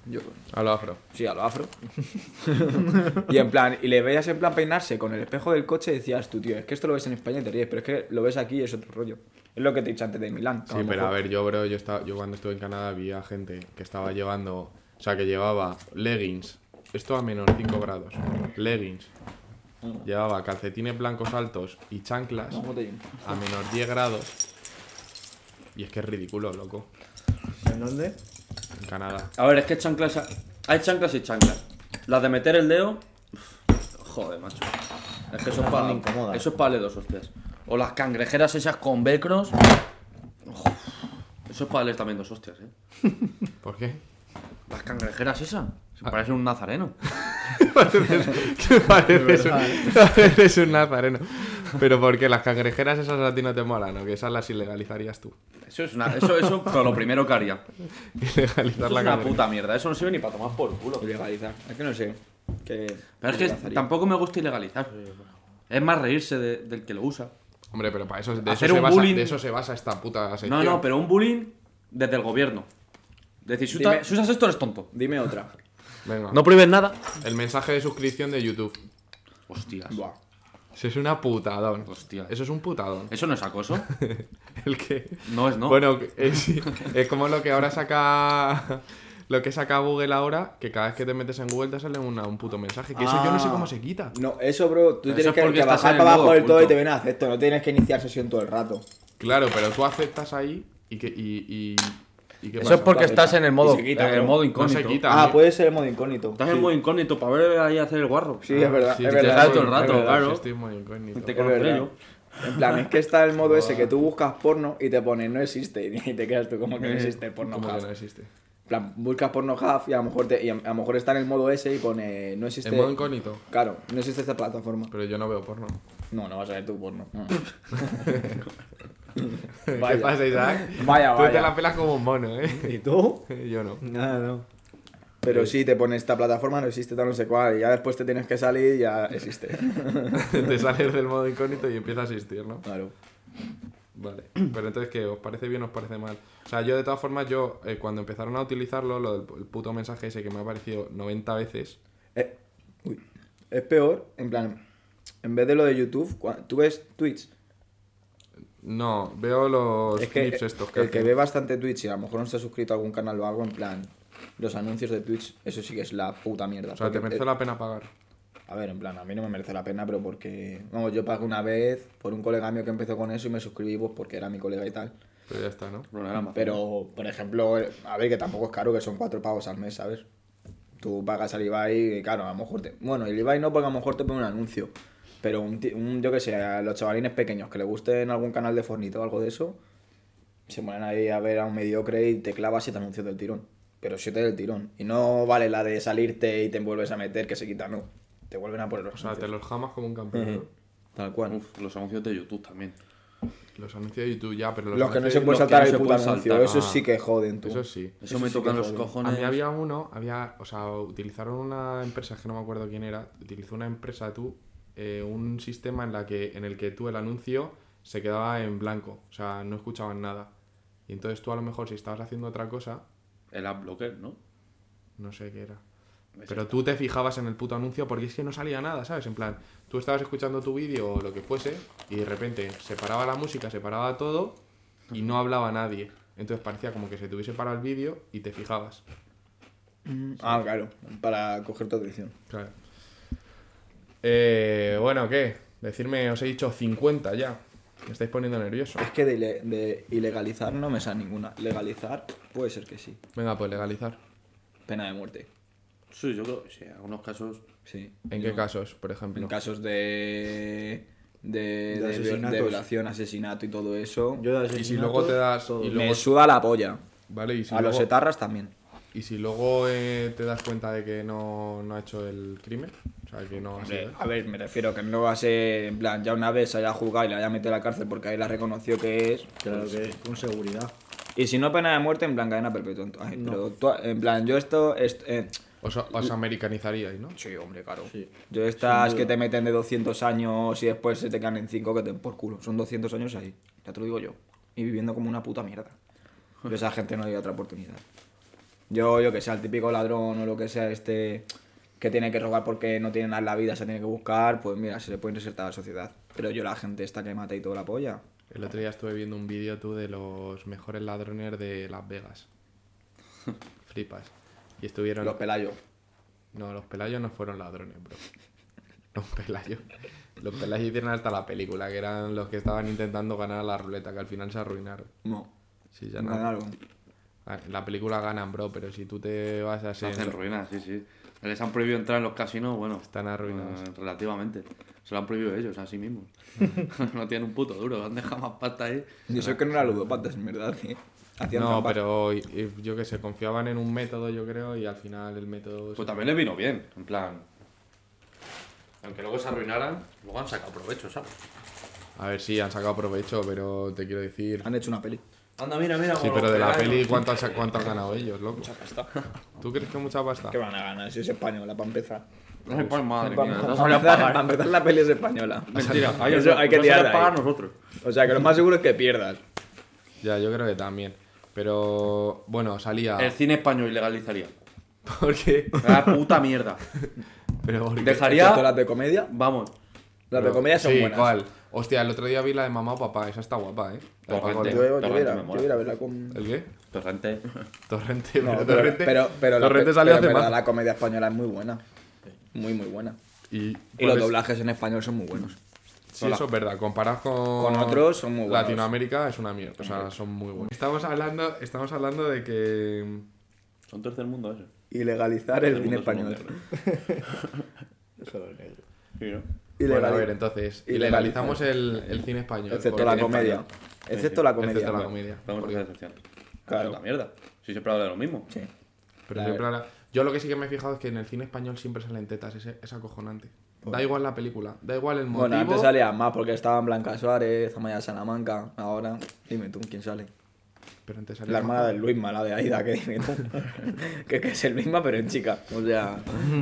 S3: Yo,
S1: A lo afro.
S3: Sí, a lo afro. y en plan, y le veías en plan peinarse con el espejo del coche y decías, tú tío, es que esto lo ves en España y te ríes, pero es que lo ves aquí y es otro rollo. Es lo que te he dicho antes de Milán. que
S1: Sí, pero
S3: mejor-
S1: a ver, yo, bro, yo, estaba, yo cuando estuve en Canadá vi a gente que estaba llevando, o sea, que llevaba leggings, esto a menos 5 grados, leggings, llevaba calcetines blancos altos y chanclas
S3: No, botellín.
S1: a menos 10 grados. Y es que es ridículo, loco,
S2: ¿En dónde?
S1: en Canadá.
S4: A ver, es que chanclas. Hay chanclas y chanclas. Las de meter el dedo. uf, Joder, macho. Es que eso es
S2: Son
S4: para.
S2: incómodas.
S4: Eso es para dos hostias. O las cangrejeras esas con velcros. Uf, Eso es para leer también dos hostias, eh.
S1: ¿Por qué?
S4: Las cangrejeras esas. Se parecen un nazareno.
S1: ¿Qué pareces, un, pareces un nazareno. Pero porque las cangrejeras esas a ti no te molan, o que esas las ilegalizarías tú.
S4: Eso es una. Eso, eso, pero lo primero que haría. Eso
S1: Ilegalizar
S4: es
S1: la
S4: una
S1: cangreja.
S4: puta mierda. Eso no sirve ni para tomar por culo.
S3: Ilegalizar. Es que no sé. Que,
S4: Pero es que tampoco me gusta ilegalizar. Es más reírse de- del que lo usa.
S1: Hombre, pero para eso, de, eso
S4: Hacer
S1: se
S4: un
S1: basa,
S4: bullying.
S1: de eso se basa esta puta
S4: No,
S1: sección.
S4: no, pero un bullying desde el gobierno. Decir, si, usa-
S3: Dime.
S4: si usas esto eres tonto.
S3: Dime otra.
S1: Venga.
S4: No prohíbes nada.
S1: El mensaje de suscripción de YouTube.
S4: Hostias.
S3: Buah.
S1: Eso es una putadón.
S4: Hostia.
S1: Eso es un putadón.
S4: Eso no es acoso.
S1: El que.
S4: No es no.
S1: Bueno, es, es como lo que ahora saca. Lo que saca Google ahora, que cada vez que te metes en Google te sale una- un puto mensaje. Que eso yo no
S4: Ah.
S1: sé cómo se quita.
S3: No, eso, bro, tú
S4: Eso
S3: tienes
S4: es
S3: que,
S4: porque
S3: que
S4: estás
S3: bajar
S4: en
S3: para
S4: el
S3: abajo
S4: modo
S3: del todo y
S4: oculto.
S3: te ven a hacer esto. No tienes que iniciar sesión todo el rato.
S1: Claro, pero tú aceptas ahí y que. Y, y, y ¿qué
S8: Eso
S1: pasa?
S8: es porque estás en el modo.
S3: Y se quita,
S8: eh,
S4: en el modo
S1: No
S4: incógnito.
S1: se quita.
S3: Ah,
S1: También.
S3: puede ser el modo incógnito.
S4: Estás en modo incógnito para ver ahí hacer el guarro.
S3: Sí, es verdad.
S1: Sí,
S3: es
S1: sí,
S3: verdad,
S4: estás
S3: sí,
S4: todo el
S3: es
S4: rato,
S3: verdad.
S4: claro.
S1: Sí, estoy muy incógnito.
S4: Te
S3: Es verdad.
S4: conozco
S3: En plan, es que está el modo ese que tú buscas porno y te pones no existe y te quedas tú como que no existe porno
S1: Eh, Como que
S3: hub.
S1: no existe.
S3: En plan, buscas porno hub y a lo mejor te, y a, a lo mejor está en el modo ese y pone no existe.
S1: En modo incógnito.
S3: Claro, no existe esta plataforma.
S1: Pero yo no veo porno.
S3: No, no vas a ver tu porno. no.
S1: ¿Qué pasa, Isaac?
S3: Vaya,
S1: Tú te
S3: vaya.
S1: la pelas como un mono, ¿eh?
S2: ¿Y tú?
S1: Yo no.
S2: Nada, no.
S3: Pero sí, te pone esta plataforma, no existe tal, no sé cuál. Y ya después te tienes que salir y ya existe.
S1: te sales del modo incógnito y empieza a asistir, ¿no?
S3: Claro.
S1: Vale. Pero entonces, ¿qué? ¿Os parece bien o os parece mal? O sea, yo de todas formas, yo eh, cuando empezaron a utilizarlo, lo del el puto mensaje ese que me ha aparecido 90 veces,
S3: Eh, uy. Es peor, en plan, en vez de lo de YouTube, cua- tú ves Twitch.
S1: No, veo los
S3: Es que
S1: clips estos que
S3: el que
S1: hacen.
S3: ve bastante Twitch y a lo mejor no está suscrito a algún canal o algo, en plan, los anuncios de Twitch, eso sí que es la puta mierda.
S1: O sea, te
S3: porque,
S1: merece
S3: eh,
S1: la pena pagar.
S3: A ver, en plan, a mí no me merece la pena, pero porque. Vamos, yo pagué una vez por un colega mío que empezó con eso y me suscribí pues, porque era mi colega y tal.
S1: Pero ya está, ¿no?
S4: Programa.
S3: Pero, por ejemplo, eh, a ver, que tampoco es caro, que son cuatro pagos al mes, ¿sabes? Tú pagas al Ibai y claro, a lo mejor te... Bueno, el Ibai no, porque a lo mejor te pone un anuncio. Pero un, ti- un- yo que sé, a los chavalines pequeños que le gusten algún canal de Fornito o algo de eso, se ponen ahí a ver a un mediocre y te clavas siete anuncios del tirón. Pero siete del tirón. Y no vale la de salirte y te vuelves a meter, que se quita, no. Te vuelven a poner los
S1: O sea, te
S3: anuncios.
S1: los jamas como un campeón. ¿no?
S3: Ujú. Tal cual.
S4: Uf, los anuncios de YouTube también.
S1: Los anuncios de YouTube ya, pero los,
S3: los que no
S1: anuncios-
S3: se
S4: los
S3: pueden
S4: que
S3: saltar
S4: no
S3: el
S4: se
S3: puto
S4: pueden
S3: anuncio,
S4: saltar.
S3: eso
S1: Ah.
S3: sí que joden, tú.
S1: Eso sí.
S4: Eso, me
S3: sí que
S4: tocan los
S3: joder.
S1: A
S4: cojones.
S1: mí había uno, había, o sea, utilizaron una empresa, es que no me acuerdo quién era, utilizó una empresa tú, eh, un sistema en, la que, en el que tú el anuncio se quedaba en blanco, o sea, no escuchaban nada. Y entonces tú a lo mejor si estabas haciendo otra cosa,
S4: El ad blocker, ¿no?
S1: no sé qué era. Pero tú te fijabas en el puto anuncio porque es que no salía nada, ¿sabes? En plan, tú estabas escuchando tu vídeo o lo que fuese y de repente se paraba la música, se paraba todo y no hablaba nadie. Entonces parecía como que se te hubiese parado el vídeo y te fijabas.
S3: Ah, claro, para coger tu atención.
S1: Claro. Eh, bueno, ¿qué? Decirme, os he dicho 50 ya. Me estáis poniendo nervioso.
S3: Es que de, ile- de ilegalizar no me sale ninguna. Legalizar puede ser que sí.
S1: Venga, pues legalizar.
S3: Pena de muerte.
S4: Sí, yo creo que sí. En algunos casos.
S3: Sí.
S1: ¿En qué casos, por ejemplo?
S3: En casos de. de, de- de
S2: asesinatos.
S3: violación, asesinato y todo eso.
S2: Yo de
S1: Y si
S2: asesinatos,
S1: luego te das.
S2: todo.
S1: Y
S3: Me
S1: luego,
S3: suda la polla.
S1: vale, y si
S3: a los
S1: luego-
S3: etarras también.
S1: y si luego, eh, te das cuenta de que no, no ha hecho el crimen. O sea, que no ha sido. él.
S3: A ver, me refiero que no va a ser. En plan, ya una vez se haya juzgado y la haya metido a la cárcel porque ahí la reconoció que es.
S2: Claro
S1: pues
S2: que es con seguridad.
S3: Y si no, pena de muerte, en plan, cadena perpetua. Ay, Pero tú- en plan, yo esto. est- eh,
S1: Os, os americanizaríais, ¿no?
S3: Sí, hombre, claro.
S2: Sí.
S3: Yo estas que te meten de 200 años y después se te quedan en 5 que te den por culo. Son 200 años ahí, ya te lo digo yo. Y viviendo como una puta mierda. Yo a esa gente no le doy otra oportunidad. Yo, yo que sea, el típico ladrón o lo que sea, este que tiene que robar porque no tiene nada en la vida, se tiene que buscar, pues mira, se le puede insertar a la sociedad. Pero yo la gente esta que mata y toda la polla.
S1: El otro día estuve viendo un vídeo tú de los mejores ladrones de Las Vegas. Flipas. Y estuvieron.
S3: Los pelayos.
S1: No, los pelayos no fueron ladrones, bro. Los pelayos. Los pelayos hicieron hasta la película, que eran los que estaban intentando ganar a la ruleta, que al final se arruinaron.
S3: No.
S1: Sí, ya
S3: Ganan
S1: no.
S3: algo.
S1: Ah, En la película ganan, bro, pero si tú te vas a
S4: Se
S1: ser.
S4: hacen ruinas, sí, sí. Les han prohibido entrar en los casinos, bueno.
S1: Están arruinados.
S4: eh, relativamente. Se lo han prohibido ellos, a sí mismos. no tienen un puto duro, han dejado más pasta ahí.
S3: Y eso que no era ludopatas, en verdad. ¿eh? Hacían
S1: No,
S3: trampas.
S1: pero y- y yo que sé, confiaban en un método, yo creo, y al final el método.
S4: Pues también les vino bien, en plan. Aunque luego se arruinaran, luego han sacado provecho, ¿sabes?
S1: A ver, sí, han sacado provecho, pero te quiero decir.
S3: Han hecho una peli.
S4: Anda, mira, mira.
S1: Sí, pero de la peli, ¿cuánto, has- cuánto han ganado ellos, loco? ¿Tú crees que mucha pasta?
S3: ¿Qué van a ganar si es española, para empezar?
S4: No se pone madre, mía,
S3: Vamos,
S4: no
S3: para,
S4: sabía
S3: empezar,
S4: pagar.
S3: para empezar, la peli es española.
S4: Mentira, hay,
S3: Eso hay que
S4: no sabía
S3: tirar de ahí.
S4: pagar nosotros.
S3: O sea, que lo más seguro es que pierdas.
S1: Ya, yo creo que también. Pero bueno, salía.
S4: El cine español ilegalizaría.
S1: ¿Por qué?
S4: La puta mierda.
S1: Pero ¿por qué?
S3: Excepto
S4: Dejaría.
S3: las de comedia.
S4: Vamos.
S3: Las de comedia son
S1: sí,
S3: buenas.
S1: ¿cuál? Hostia, el otro día vi la de mamá o papá, esa está guapa, ¿eh? La de Paco
S4: Torrente.
S3: Yo,
S1: León.
S3: yo,
S4: Torrente
S3: voy a-
S4: me
S3: yo
S4: mola.
S3: voy a verla con...
S1: ¿El qué?
S4: Torrente.
S1: Torrente,
S3: No,
S1: pero,
S3: pero,
S1: Torrente.
S3: pero, pero la,
S1: Torrente
S3: pe-
S1: salió
S3: pero en
S1: hace
S3: verdad
S1: más.
S3: la comedia española es muy buena. Muy, muy buena.
S1: Y,
S3: Y los
S1: pues,
S3: doblajes en español son muy buenos.
S1: Sí, eso es verdad. Comparado con,
S3: Con otros, son muy buenos.
S1: Latinoamérica es una mierda. O sea, son muy buenos. Estamos hablando, estamos hablando de que.
S4: Son tercer mundo eso.
S3: Ilegalizar el cine español.
S2: Eso lo negro.
S4: Sí, ¿no?
S1: Bueno, a
S3: Ilegal-
S1: ver, entonces,
S3: Ilegal-
S1: ilegalizamos el, el cine español.
S3: Excepto
S1: porque-
S3: la comedia. Excepto la comedia.
S1: Excepto la
S3: bueno.
S1: comedia.
S4: Vamos a
S1: porque-
S4: hacer excepción. Ah,
S3: Claro.
S4: Puta mierda. Si siempre habla de lo mismo.
S3: Sí.
S1: Pero
S3: La-
S1: siempre habla- Yo lo que sí que me he fijado es que en el cine español siempre salen tetas, es, es acojonante. Da igual la película, da igual el motivo.
S3: Bueno, antes salía más porque estaban Blanca Suárez, Amaya Salamanca. Ahora, dime tú, ¿quién sale?
S1: Pero antes salía
S3: La
S1: más-
S3: hermana del Luisma, la de Aida, que dime tú. que, que es el misma, pero en chica. O sea,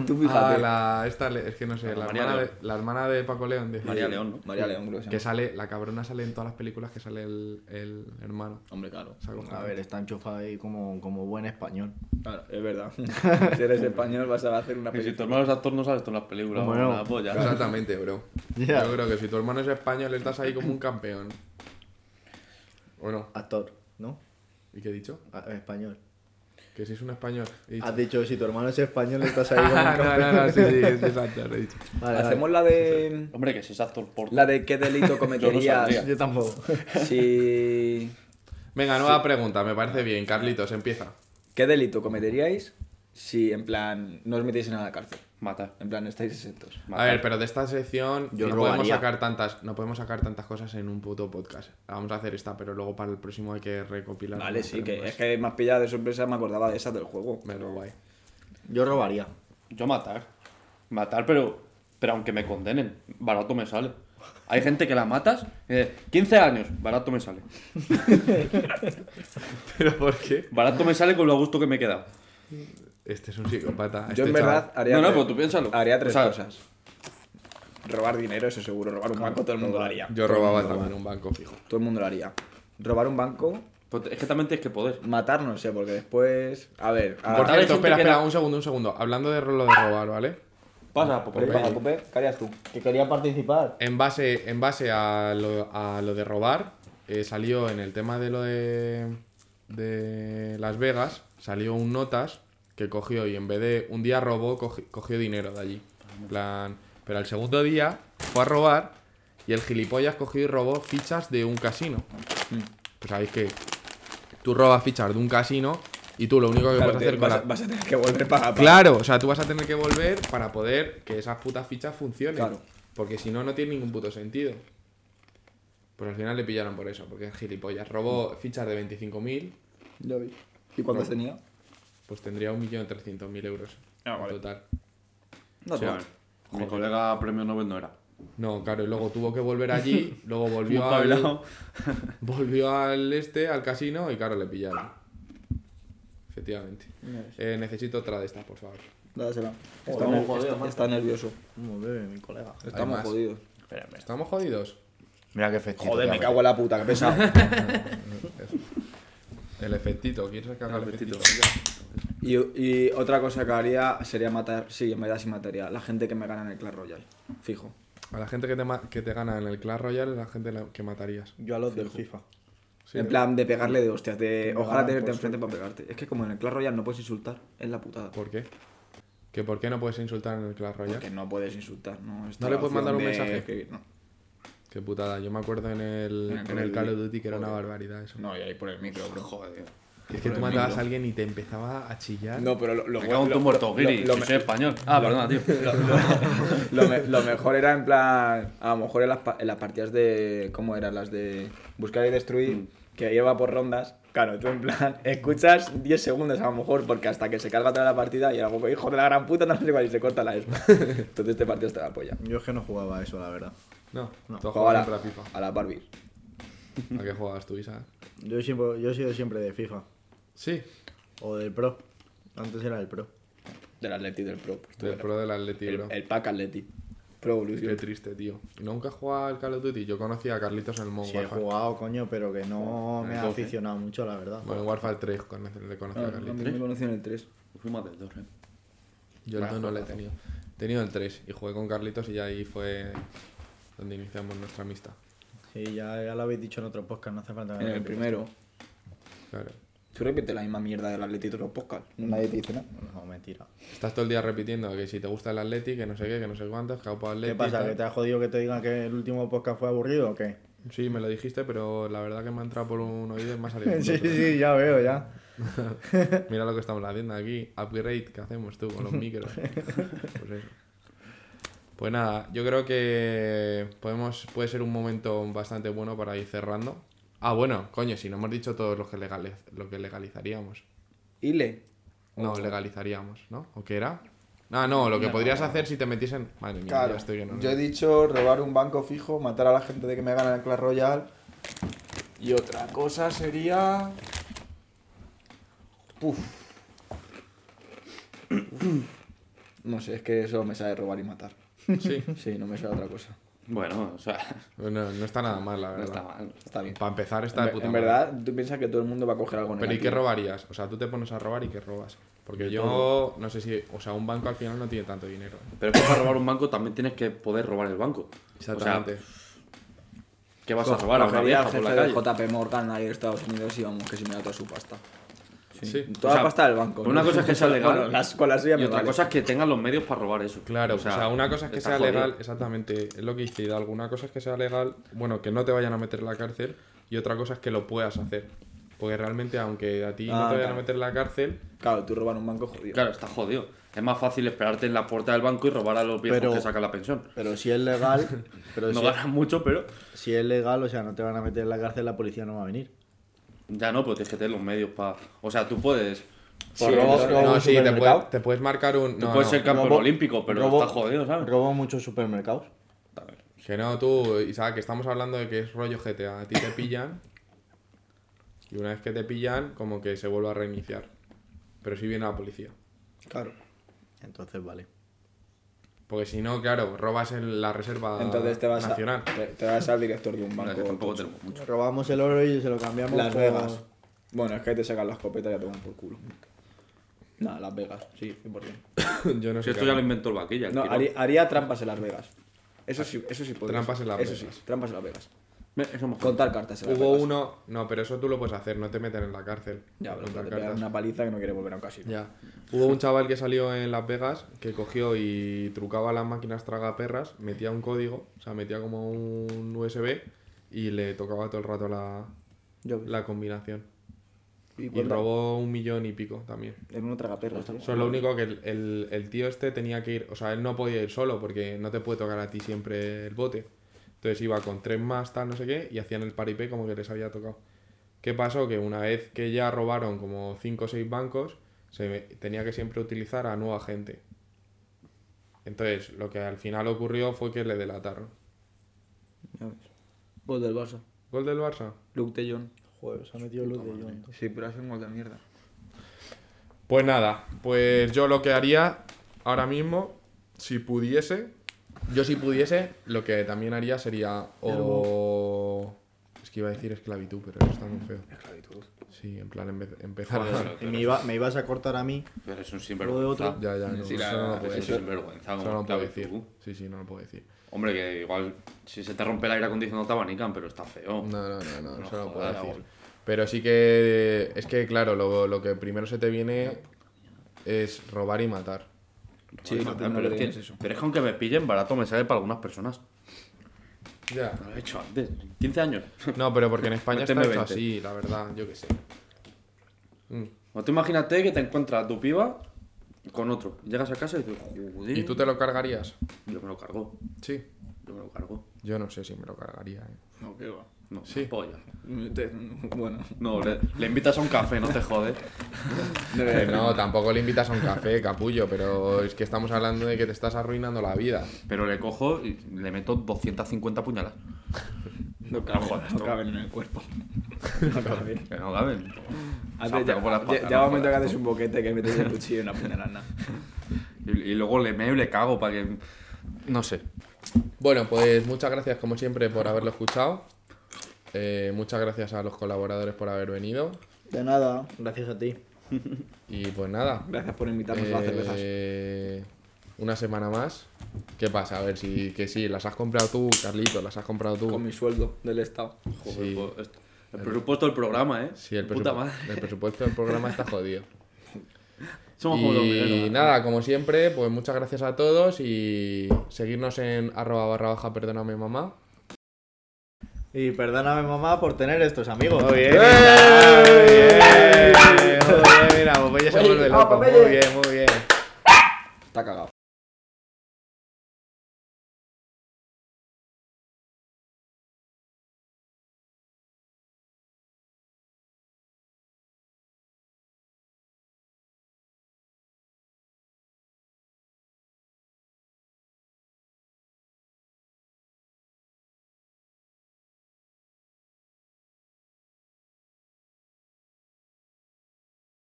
S3: tú
S1: Ah,
S3: fíjate.
S1: la, esta, le- es que no sé, la,
S4: María
S1: hermana de,
S4: León.
S1: la hermana de Paco León. de-
S4: María León, ¿no?
S3: María León, creo que se
S1: Que
S3: llama.
S1: sale, la cabrona sale en todas las películas que sale el, el hermano.
S3: Hombre, claro.
S1: Es acojonante.
S2: A ver, está enchufado ahí como, como buen español.
S3: Claro, es verdad. si eres español vas a hacer una
S4: Que si tu
S3: película.
S4: hermano es actor no sabes tú en las películas. pues
S2: Bueno.
S4: Bueno, la polla.
S1: Exactamente, bro.
S2: Ya.
S1: Yo creo que si tu hermano es español, estás ahí como un campeón. ¿O no?
S2: Actor, ¿no?
S1: ¿Y qué he dicho?
S2: A- español.
S1: Que si es un español. He dicho-
S3: Ah,
S2: Has dicho, si tu hermano es español, estás ahí con un
S1: Ah, no,
S2: campeón.
S1: no, no, sí, sí, es exacto, lo he dicho.
S2: Vale, vale.
S3: Hacemos la de.
S4: Hombre, que si es actor por...
S3: La de qué delito cometerías.
S4: saldría.
S2: Yo tampoco.
S3: si.
S1: Venga, nueva pregunta, me parece bien. Carlitos, empieza.
S3: ¿Qué delito cometeríais si en plan no os metiesen a la cárcel?
S4: Matar.
S3: En plan, estáis exentos.
S1: A ver, pero de esta sección
S2: Yo
S1: no
S2: robaría.
S1: podemos sacar tantas, no podemos sacar tantas cosas en un puto podcast. La Vamos a hacer esta, pero luego para el próximo hay que recopilar.
S3: Vale,
S1: más
S3: sí, que
S1: preguntas.
S3: es que me has pillado de sorpresa, me acordaba de esas del juego.
S1: pues Pero guay.
S2: Yo robaría.
S4: Yo matar. Matar, pero, pero aunque me condenen, barato me sale. Hay gente que la matas, eh, 15 años, barato me sale.
S1: ¿Pero por qué?
S4: Barato me sale con lo a gusto que me he quedado.
S1: Este es un psicópata. este
S3: Yo en verdad
S1: chaval.
S3: haría.
S4: No, no,
S3: tres-
S4: pero tú piénsalo.
S3: Haría tres
S4: O sea,
S3: cosas. Robar dinero, eso seguro. Robar un banco, todo el mundo lo haría.
S1: Yo
S3: Todo el
S1: robaba
S3: mundo lo
S1: también un banco fijo.
S3: haría. Todo el mundo lo haría. Robar un banco,
S4: Pues es que también tienes que poder.
S3: matar, no sé, porque después. A ver, a
S1: Por
S4: tal hay
S1: cierto,
S4: gente
S1: espera,
S4: que
S1: espera,
S4: no-
S1: un segundo, un segundo. Hablando de lo de robar, ¿vale?
S4: Pasa, Pope.
S3: Oye, Paco pues, Cope, ¿qué harías tú?
S2: Que quería participar.
S1: En base, en base a, lo, a lo de robar, eh, salió en el tema de lo de, de Las Vegas, salió un notas que cogió y en vez de un día robó, cogi- cogió dinero de allí. En plan, pero al segundo día fue a robar y el gilipollas cogió y robó fichas de un casino.
S3: Mm.
S1: Pues sabéis que tú robas fichas de un casino y tú lo único que
S3: Claro,
S1: puedes
S3: te-
S1: hacer con
S3: vas, a-
S1: la...
S3: vas a tener que volver para.
S1: Claro, o sea, tú vas a tener que volver para poder que esas putas fichas funcionen.
S3: Claro.
S1: Porque si no, no tiene ningún puto sentido. Pues al final le pillaron por eso, porque es gilipollas. Robó fichas de 25.000,
S3: Ya vi. ¿Y cuánto has tenido?
S1: pues tendría 1.300.000 euros.
S7: Ah,
S1: en
S7: vale.
S1: total.
S3: No,
S7: Sí, a ver,
S3: tanto.
S7: Mi colega premio Nobel no era.
S1: No, claro, y luego tuvo que volver allí, luego volvió
S4: Como
S1: al,
S4: Pablo.
S1: volvió al este, al casino, y claro, le pillaron. Efectivamente. Eh, necesito otra de estas, por favor.
S3: Dásela. Está,
S2: Joder,
S3: muy-
S2: jodido,
S3: está-
S2: Marta.
S3: está nervioso.
S2: Muy bien, mi colega.
S3: Estamos
S1: más.
S3: jodidos.
S1: ¿Estamos jodidos?
S7: Mira qué festivo.
S3: Joder, me cago en la puta, qué pesado.
S1: El efectito, ¿quieres que haga el efectito?
S3: y, y otra cosa que haría sería matar. Sí, en verdad sí mataría. a La gente que me gana en el Clash Royale. Fijo.
S1: A la gente que te, ma- que te gana en el Clash Royale es la gente la que matarías.
S2: Yo a los del FIFA.
S1: Sí,
S3: en
S1: ¿no?
S3: plan, de pegarle de hostias. De,
S2: Me
S3: ojalá
S2: ganan
S3: tenerte
S2: por
S3: enfrente para pegarte. Es que como en el Clash Royale no puedes insultar, es la putada.
S1: ¿Por qué? ¿Que por qué no puedes insultar en el Clash Royale?
S3: Porque no puedes insultar. No, Está
S1: ¿No le
S3: la
S1: puedes mandar
S3: opción
S1: un
S3: de
S1: mensaje?
S3: escribir, no.
S1: Qué putada, yo me acuerdo en el, en el Call of Duty que era una barbaridad eso.
S3: No, y ahí por el micro, bro. Joder.
S1: Que es que tú matabas a alguien y te empezaba a chillar.
S3: No, pero lo, lo
S4: Me
S3: bueno-
S4: cago en
S3: lo-
S4: tu muerto,
S3: lo-
S4: Giri.
S3: lo-
S4: si soy español. Ah, perdona, tío.
S3: lo, me- lo mejor era en plan. A lo mejor en las, pa- en las partidas de. ¿Cómo eran? Las de buscar y destruir.
S1: Mm.
S3: Que lleva por rondas. Claro, tú en plan. Escuchas 10 segundos a lo mejor. Porque hasta que se carga toda la partida. Y algo que hijo de la gran puta. No sé cuál. Y se corta la ESMA. Entonces este partido está la polla.
S2: Yo es que no jugaba a eso, la verdad.
S1: no. Tú has
S3: Jugaba a
S1: jugado
S3: la,
S1: siempre a FIFA.
S3: a la Barbie.
S1: ¿A qué jugabas tú, Isa?
S2: Yo, siempre, yo he sido siempre de FIFA.
S1: Sí,
S2: O del Pro. Antes era del Pro.
S3: Del Atleti del Pro. pues, tú
S1: del
S3: era.
S1: pro del Atleti,
S3: el,
S1: bro.
S3: el pack Atleti. Pro
S1: Qué
S3: Evolution.
S1: triste, tío. Nunca he jugado al Call of Duty. Yo conocí a Carlitos en el Modern
S2: Sí, he
S1: Warfare.
S2: jugado, coño, pero que no me he
S4: Entonces.
S2: aficionado mucho, la verdad.
S1: Bueno, en Warfare 3 conocí- le conocí a
S3: Ah,
S1: Carlitos.
S3: me conocí en el 3.
S4: Fui más del dos, eh.
S1: Yo el 2 no lo he tenido. He tenido el 3 y jugué con Carlitos y ya ahí fue donde iniciamos nuestra amistad.
S2: Sí, ya, ya lo habéis dicho en otro podcast, no hace falta que
S3: En
S2: lo
S3: el
S2: repitas.
S3: primero.
S1: Claro.
S3: Tú repites la misma mierda del Atleti todos los podcasts. Nadie te dice nada.
S2: No, mentira.
S1: Estás todo el día repitiendo que si te gusta el Atleti, que no sé qué, que no sé cuántos, que para Atleti.
S2: ¿Qué pasa?
S1: tal.
S2: ¿Que te ha jodido que te digan que el último podcast fue aburrido o qué?
S1: Sí, me lo dijiste, pero la verdad que me ha entrado por un oído y me ha salido. por
S2: Sí,
S1: otro.
S2: sí, ya veo, ya.
S1: Mira lo que estamos haciendo aquí. Upgrade que hacemos tú con los micros. pues eso. Pues nada, yo creo que podemos, puede ser un momento bastante bueno para ir cerrando. Ah, bueno, coño, si no hemos dicho todos los que, legaliz- lo que legalizaríamos.
S3: Ile.
S1: No, legalizaríamos, ¿no? ¿O qué era? Ah, no, lo que podrías hacer si te metiesen. Madre mía,
S3: Claro,
S1: ya estoy que no.
S3: yo he dicho robar un banco fijo, matar a la gente de que me gana en el Clash Royale. Y otra cosa sería. Puf. Uf. No sé, es que solo me sale robar y matar.
S1: Sí.
S3: Sí, no me sale otra cosa.
S4: Bueno, o sea,
S1: Bueno, no está nada mal, la
S4: no
S1: verdad.
S4: está mal.
S3: Está bien.
S1: Para empezar, está
S3: En,
S1: de
S3: ver-
S1: puta
S3: en
S1: madre.
S3: verdad, tú piensas que todo el mundo va a coger algo
S1: Pero ¿y
S3: negativo.
S1: qué robarías? O sea, tú te pones a robar y qué robas. Porque yo, no sé si. O sea, un banco al final no tiene tanto dinero.
S4: Pero es que para robar un banco también tienes que poder robar el banco. O sea,
S1: Exactamente.
S4: ¿Qué vas a robar a una
S3: Cogería al
S4: vieja por la
S3: jefe de
S4: calle?
S3: JP Morgan ahí en Estados Unidos y vamos, que si me da toda su pasta.
S1: Sí.
S3: Toda
S4: O sea,
S3: la pasta del banco.
S4: una cosa es que sea legal
S3: Bueno, las- con la suya
S4: Y
S3: me
S4: otra
S3: vale.
S4: cosa es que tengan los medios para robar eso.
S1: Claro, o sea, una cosa es que
S4: está
S1: sea
S4: jodido.
S1: legal, exactamente, es lo que dice Hidalgo, una cosa es que sea legal, bueno, que no te vayan a meter en la cárcel, y otra cosa es que lo puedas hacer. Porque realmente, aunque a ti no
S3: Ah,
S1: te vayan
S3: claro.
S1: a meter en la cárcel,
S3: Claro, tú robar un banco jodido.
S4: Claro, está jodido. Es más fácil esperarte en la puerta del banco y robar a los viejos
S2: Pero-
S4: que sacan la pensión.
S2: Pero si es legal, pero
S4: No
S2: si,
S4: ganas mucho, pero
S2: si es legal, o sea, no te van a meter en la cárcel, la policía no va a venir.
S4: ya no, pues protégete los medios para... O sea, tú puedes...
S2: Sí,
S4: por robo-
S2: pero-
S1: no,
S2: Robo
S1: sí, te
S2: supermercado.
S1: puedes, te puedes marcar un.
S4: tú
S1: No,
S4: puedes
S1: no,
S4: ser campeón
S2: Robo-
S4: olímpico, pero
S2: robo-
S4: está jodido, ¿sabes?
S2: Robo muchos supermercados.
S1: Que no, tú, Isaac, que estamos hablando de que es rollo GTA. A ti te pillan. y una vez que te pillan, como que se vuelve a reiniciar. Pero si viene la policía.
S2: Claro. Entonces, vale.
S1: Porque si no, claro, robas en la reserva
S3: Entonces te vas, a,
S1: ah, nacional.
S3: te, te vas al director de un
S4: Bueno, que
S3: banco.
S4: tampoco
S3: tocho.
S4: tenemos mucho.
S2: Robamos el oro y se lo cambiamos
S3: Las
S2: por-
S3: Vegas. Bueno, es que ahí te sacan la escopeta y ya te van por culo. Nada, Las Vegas, sí, 100%.
S1: Yo no
S4: Si
S1: sé. qué
S4: esto ya lo
S1: hago.
S4: inventó el vaquilla. el
S3: No,
S4: Quiró.
S3: haría, haría trampas en Las Vegas. Eso sí, eso sí podría
S1: Trampas
S3: ser.
S1: en Las
S3: eso
S1: Vegas.
S3: Sí, trampas en Las Vegas.
S4: Me- Eso me jode.
S3: Contar cartas en Las
S1: Hubo
S3: Vegas.
S1: uno. No, pero eso tú lo puedes hacer, no te meten en la cárcel.
S3: Ya, pero
S1: Con
S3: te
S1: tarjetas.
S3: pegan una paliza que no quiere volver a un casino.
S1: Ya. Hubo un chaval que salió en Las Vegas que cogió y trucaba las máquinas tragaperras, metía un código, o sea, metía como un USB y le tocaba todo el rato la,
S3: Yo-
S1: la combinación.
S3: Y
S1: Y
S3: cuenta-
S1: robó un millón y pico también.
S3: En uno ¿eh? tragaperros.
S1: Eso es lo único que el, el- el tío este tenía que ir, o sea, él no podía ir solo porque no te puede tocar a ti siempre el bote. Entonces iba con tres más, tal, no sé qué, y hacían el paripé como que les había tocado. ¿Qué pasó? Que una vez que ya robaron como cinco o seis bancos, se me- tenía que siempre utilizar a nueva gente. Entonces, lo que al final ocurrió fue que le delataron.
S3: Gol Pues del Barça.
S1: ¿Gol del Barça?
S3: Luke de Jong.
S2: Joder, se ha metido luz de John.
S3: Sí, pero hace un gol de mierda.
S1: Pues nada, pues yo lo que haría ahora mismo, si pudiese, yo si pudiese, lo que también haría sería o... Es que iba a decir esclavitud, pero eso está muy feo.
S4: Esclavitud.
S1: Sí, en plan empe- empezar
S4: Joder,
S1: a...
S2: Y me, iba- me ibas a cortar a mí.
S4: Pero es un
S2: Luego de
S4: sinvergüenza.
S2: otro.
S1: Ya, ya, no,
S4: Sí,
S1: eso
S4: la-
S1: no lo
S4: eso
S1: puedo
S4: es
S1: decir.
S4: sinvergüenza.
S1: Eso
S4: como
S1: no lo puedo
S4: clave
S1: decir.
S4: tú.
S1: Sí, sí, no lo puedo decir.
S4: Hombre, que igual si se te rompe el aire acondicionado te abanican, pero está feo.
S1: No, no, no, no,
S4: No
S1: eso no lo puedo
S4: jodas,
S1: decir.
S4: Raúl.
S1: Pero sí que... Es que, claro, lo, lo que primero se te viene es robar y matar.
S3: Sí,
S4: Ay,
S3: lo
S4: pero,
S3: primero que
S4: es
S3: tienes
S4: que,
S3: eso.
S4: pero es que aunque me pillen barato me sale para algunas personas.
S1: Ya.
S4: Lo he hecho antes, 15 años.
S1: No, pero porque en España está
S4: Méteme
S1: hecho
S4: 20.
S1: así, la verdad, yo qué sé.
S4: O tú imagínate que te encuentras a tu piba con otro. Llegas a casa y dices, joder.
S1: ¿Y tú te lo cargarías?
S4: Yo me lo cargo.
S1: Sí.
S4: Yo me lo cargo.
S1: Yo no sé si me lo cargaría. ¿eh?
S3: No, qué va.
S4: No,
S1: Sí.
S4: polla.
S3: Bueno,
S4: No, le, le invitas a un café, no te jodes.
S1: Que No, tampoco le invitas a un café, capullo, pero es que estamos hablando de que te estás arruinando la vida.
S4: Pero le cojo y le meto 250 puñalas. No, no jodas,
S3: no
S4: no.
S3: caben en el cuerpo. No caben.
S4: Que no caben.
S3: Antes
S4: Sape,
S3: ya,
S4: como las patas,
S3: ya-
S4: no
S3: ya va un momento que
S4: jodas.
S3: haces un boquete que metes el cuchillo en la puñalada.
S4: Y, y luego le meo y le cago para que. No sé.
S1: Bueno, pues muchas gracias como siempre por haberlo escuchado. Eh, muchas gracias a los colaboradores por haber venido.
S2: De nada. Gracias a ti.
S1: Y pues nada.
S3: Gracias por invitarnos a las cervezas.
S1: eh, una semana más. ¿Qué pasa? A ver si que sí, las has comprado tú, Carlito, las has comprado tú.
S3: Con mi sueldo del Estado.
S4: Joder,
S1: Sí.
S4: pues, esto- el presupuesto del programa, ¿eh?
S1: Sí, el,
S4: Puta
S1: presupu-
S4: madre.
S1: el presupuesto del programa está jodido.
S4: Somos como los
S1: Y
S4: mineros.
S1: nada, como siempre, pues muchas gracias a todos y seguirnos en arroba barra baja, perdóname mamá.
S2: Y perdóname, mamá, por tener estos amigos. Muy
S3: ¡Eh!
S2: bien.
S3: ah,
S1: Mira, pues ya se vuelve loco. Muy bien, muy bien.
S3: Está cagado.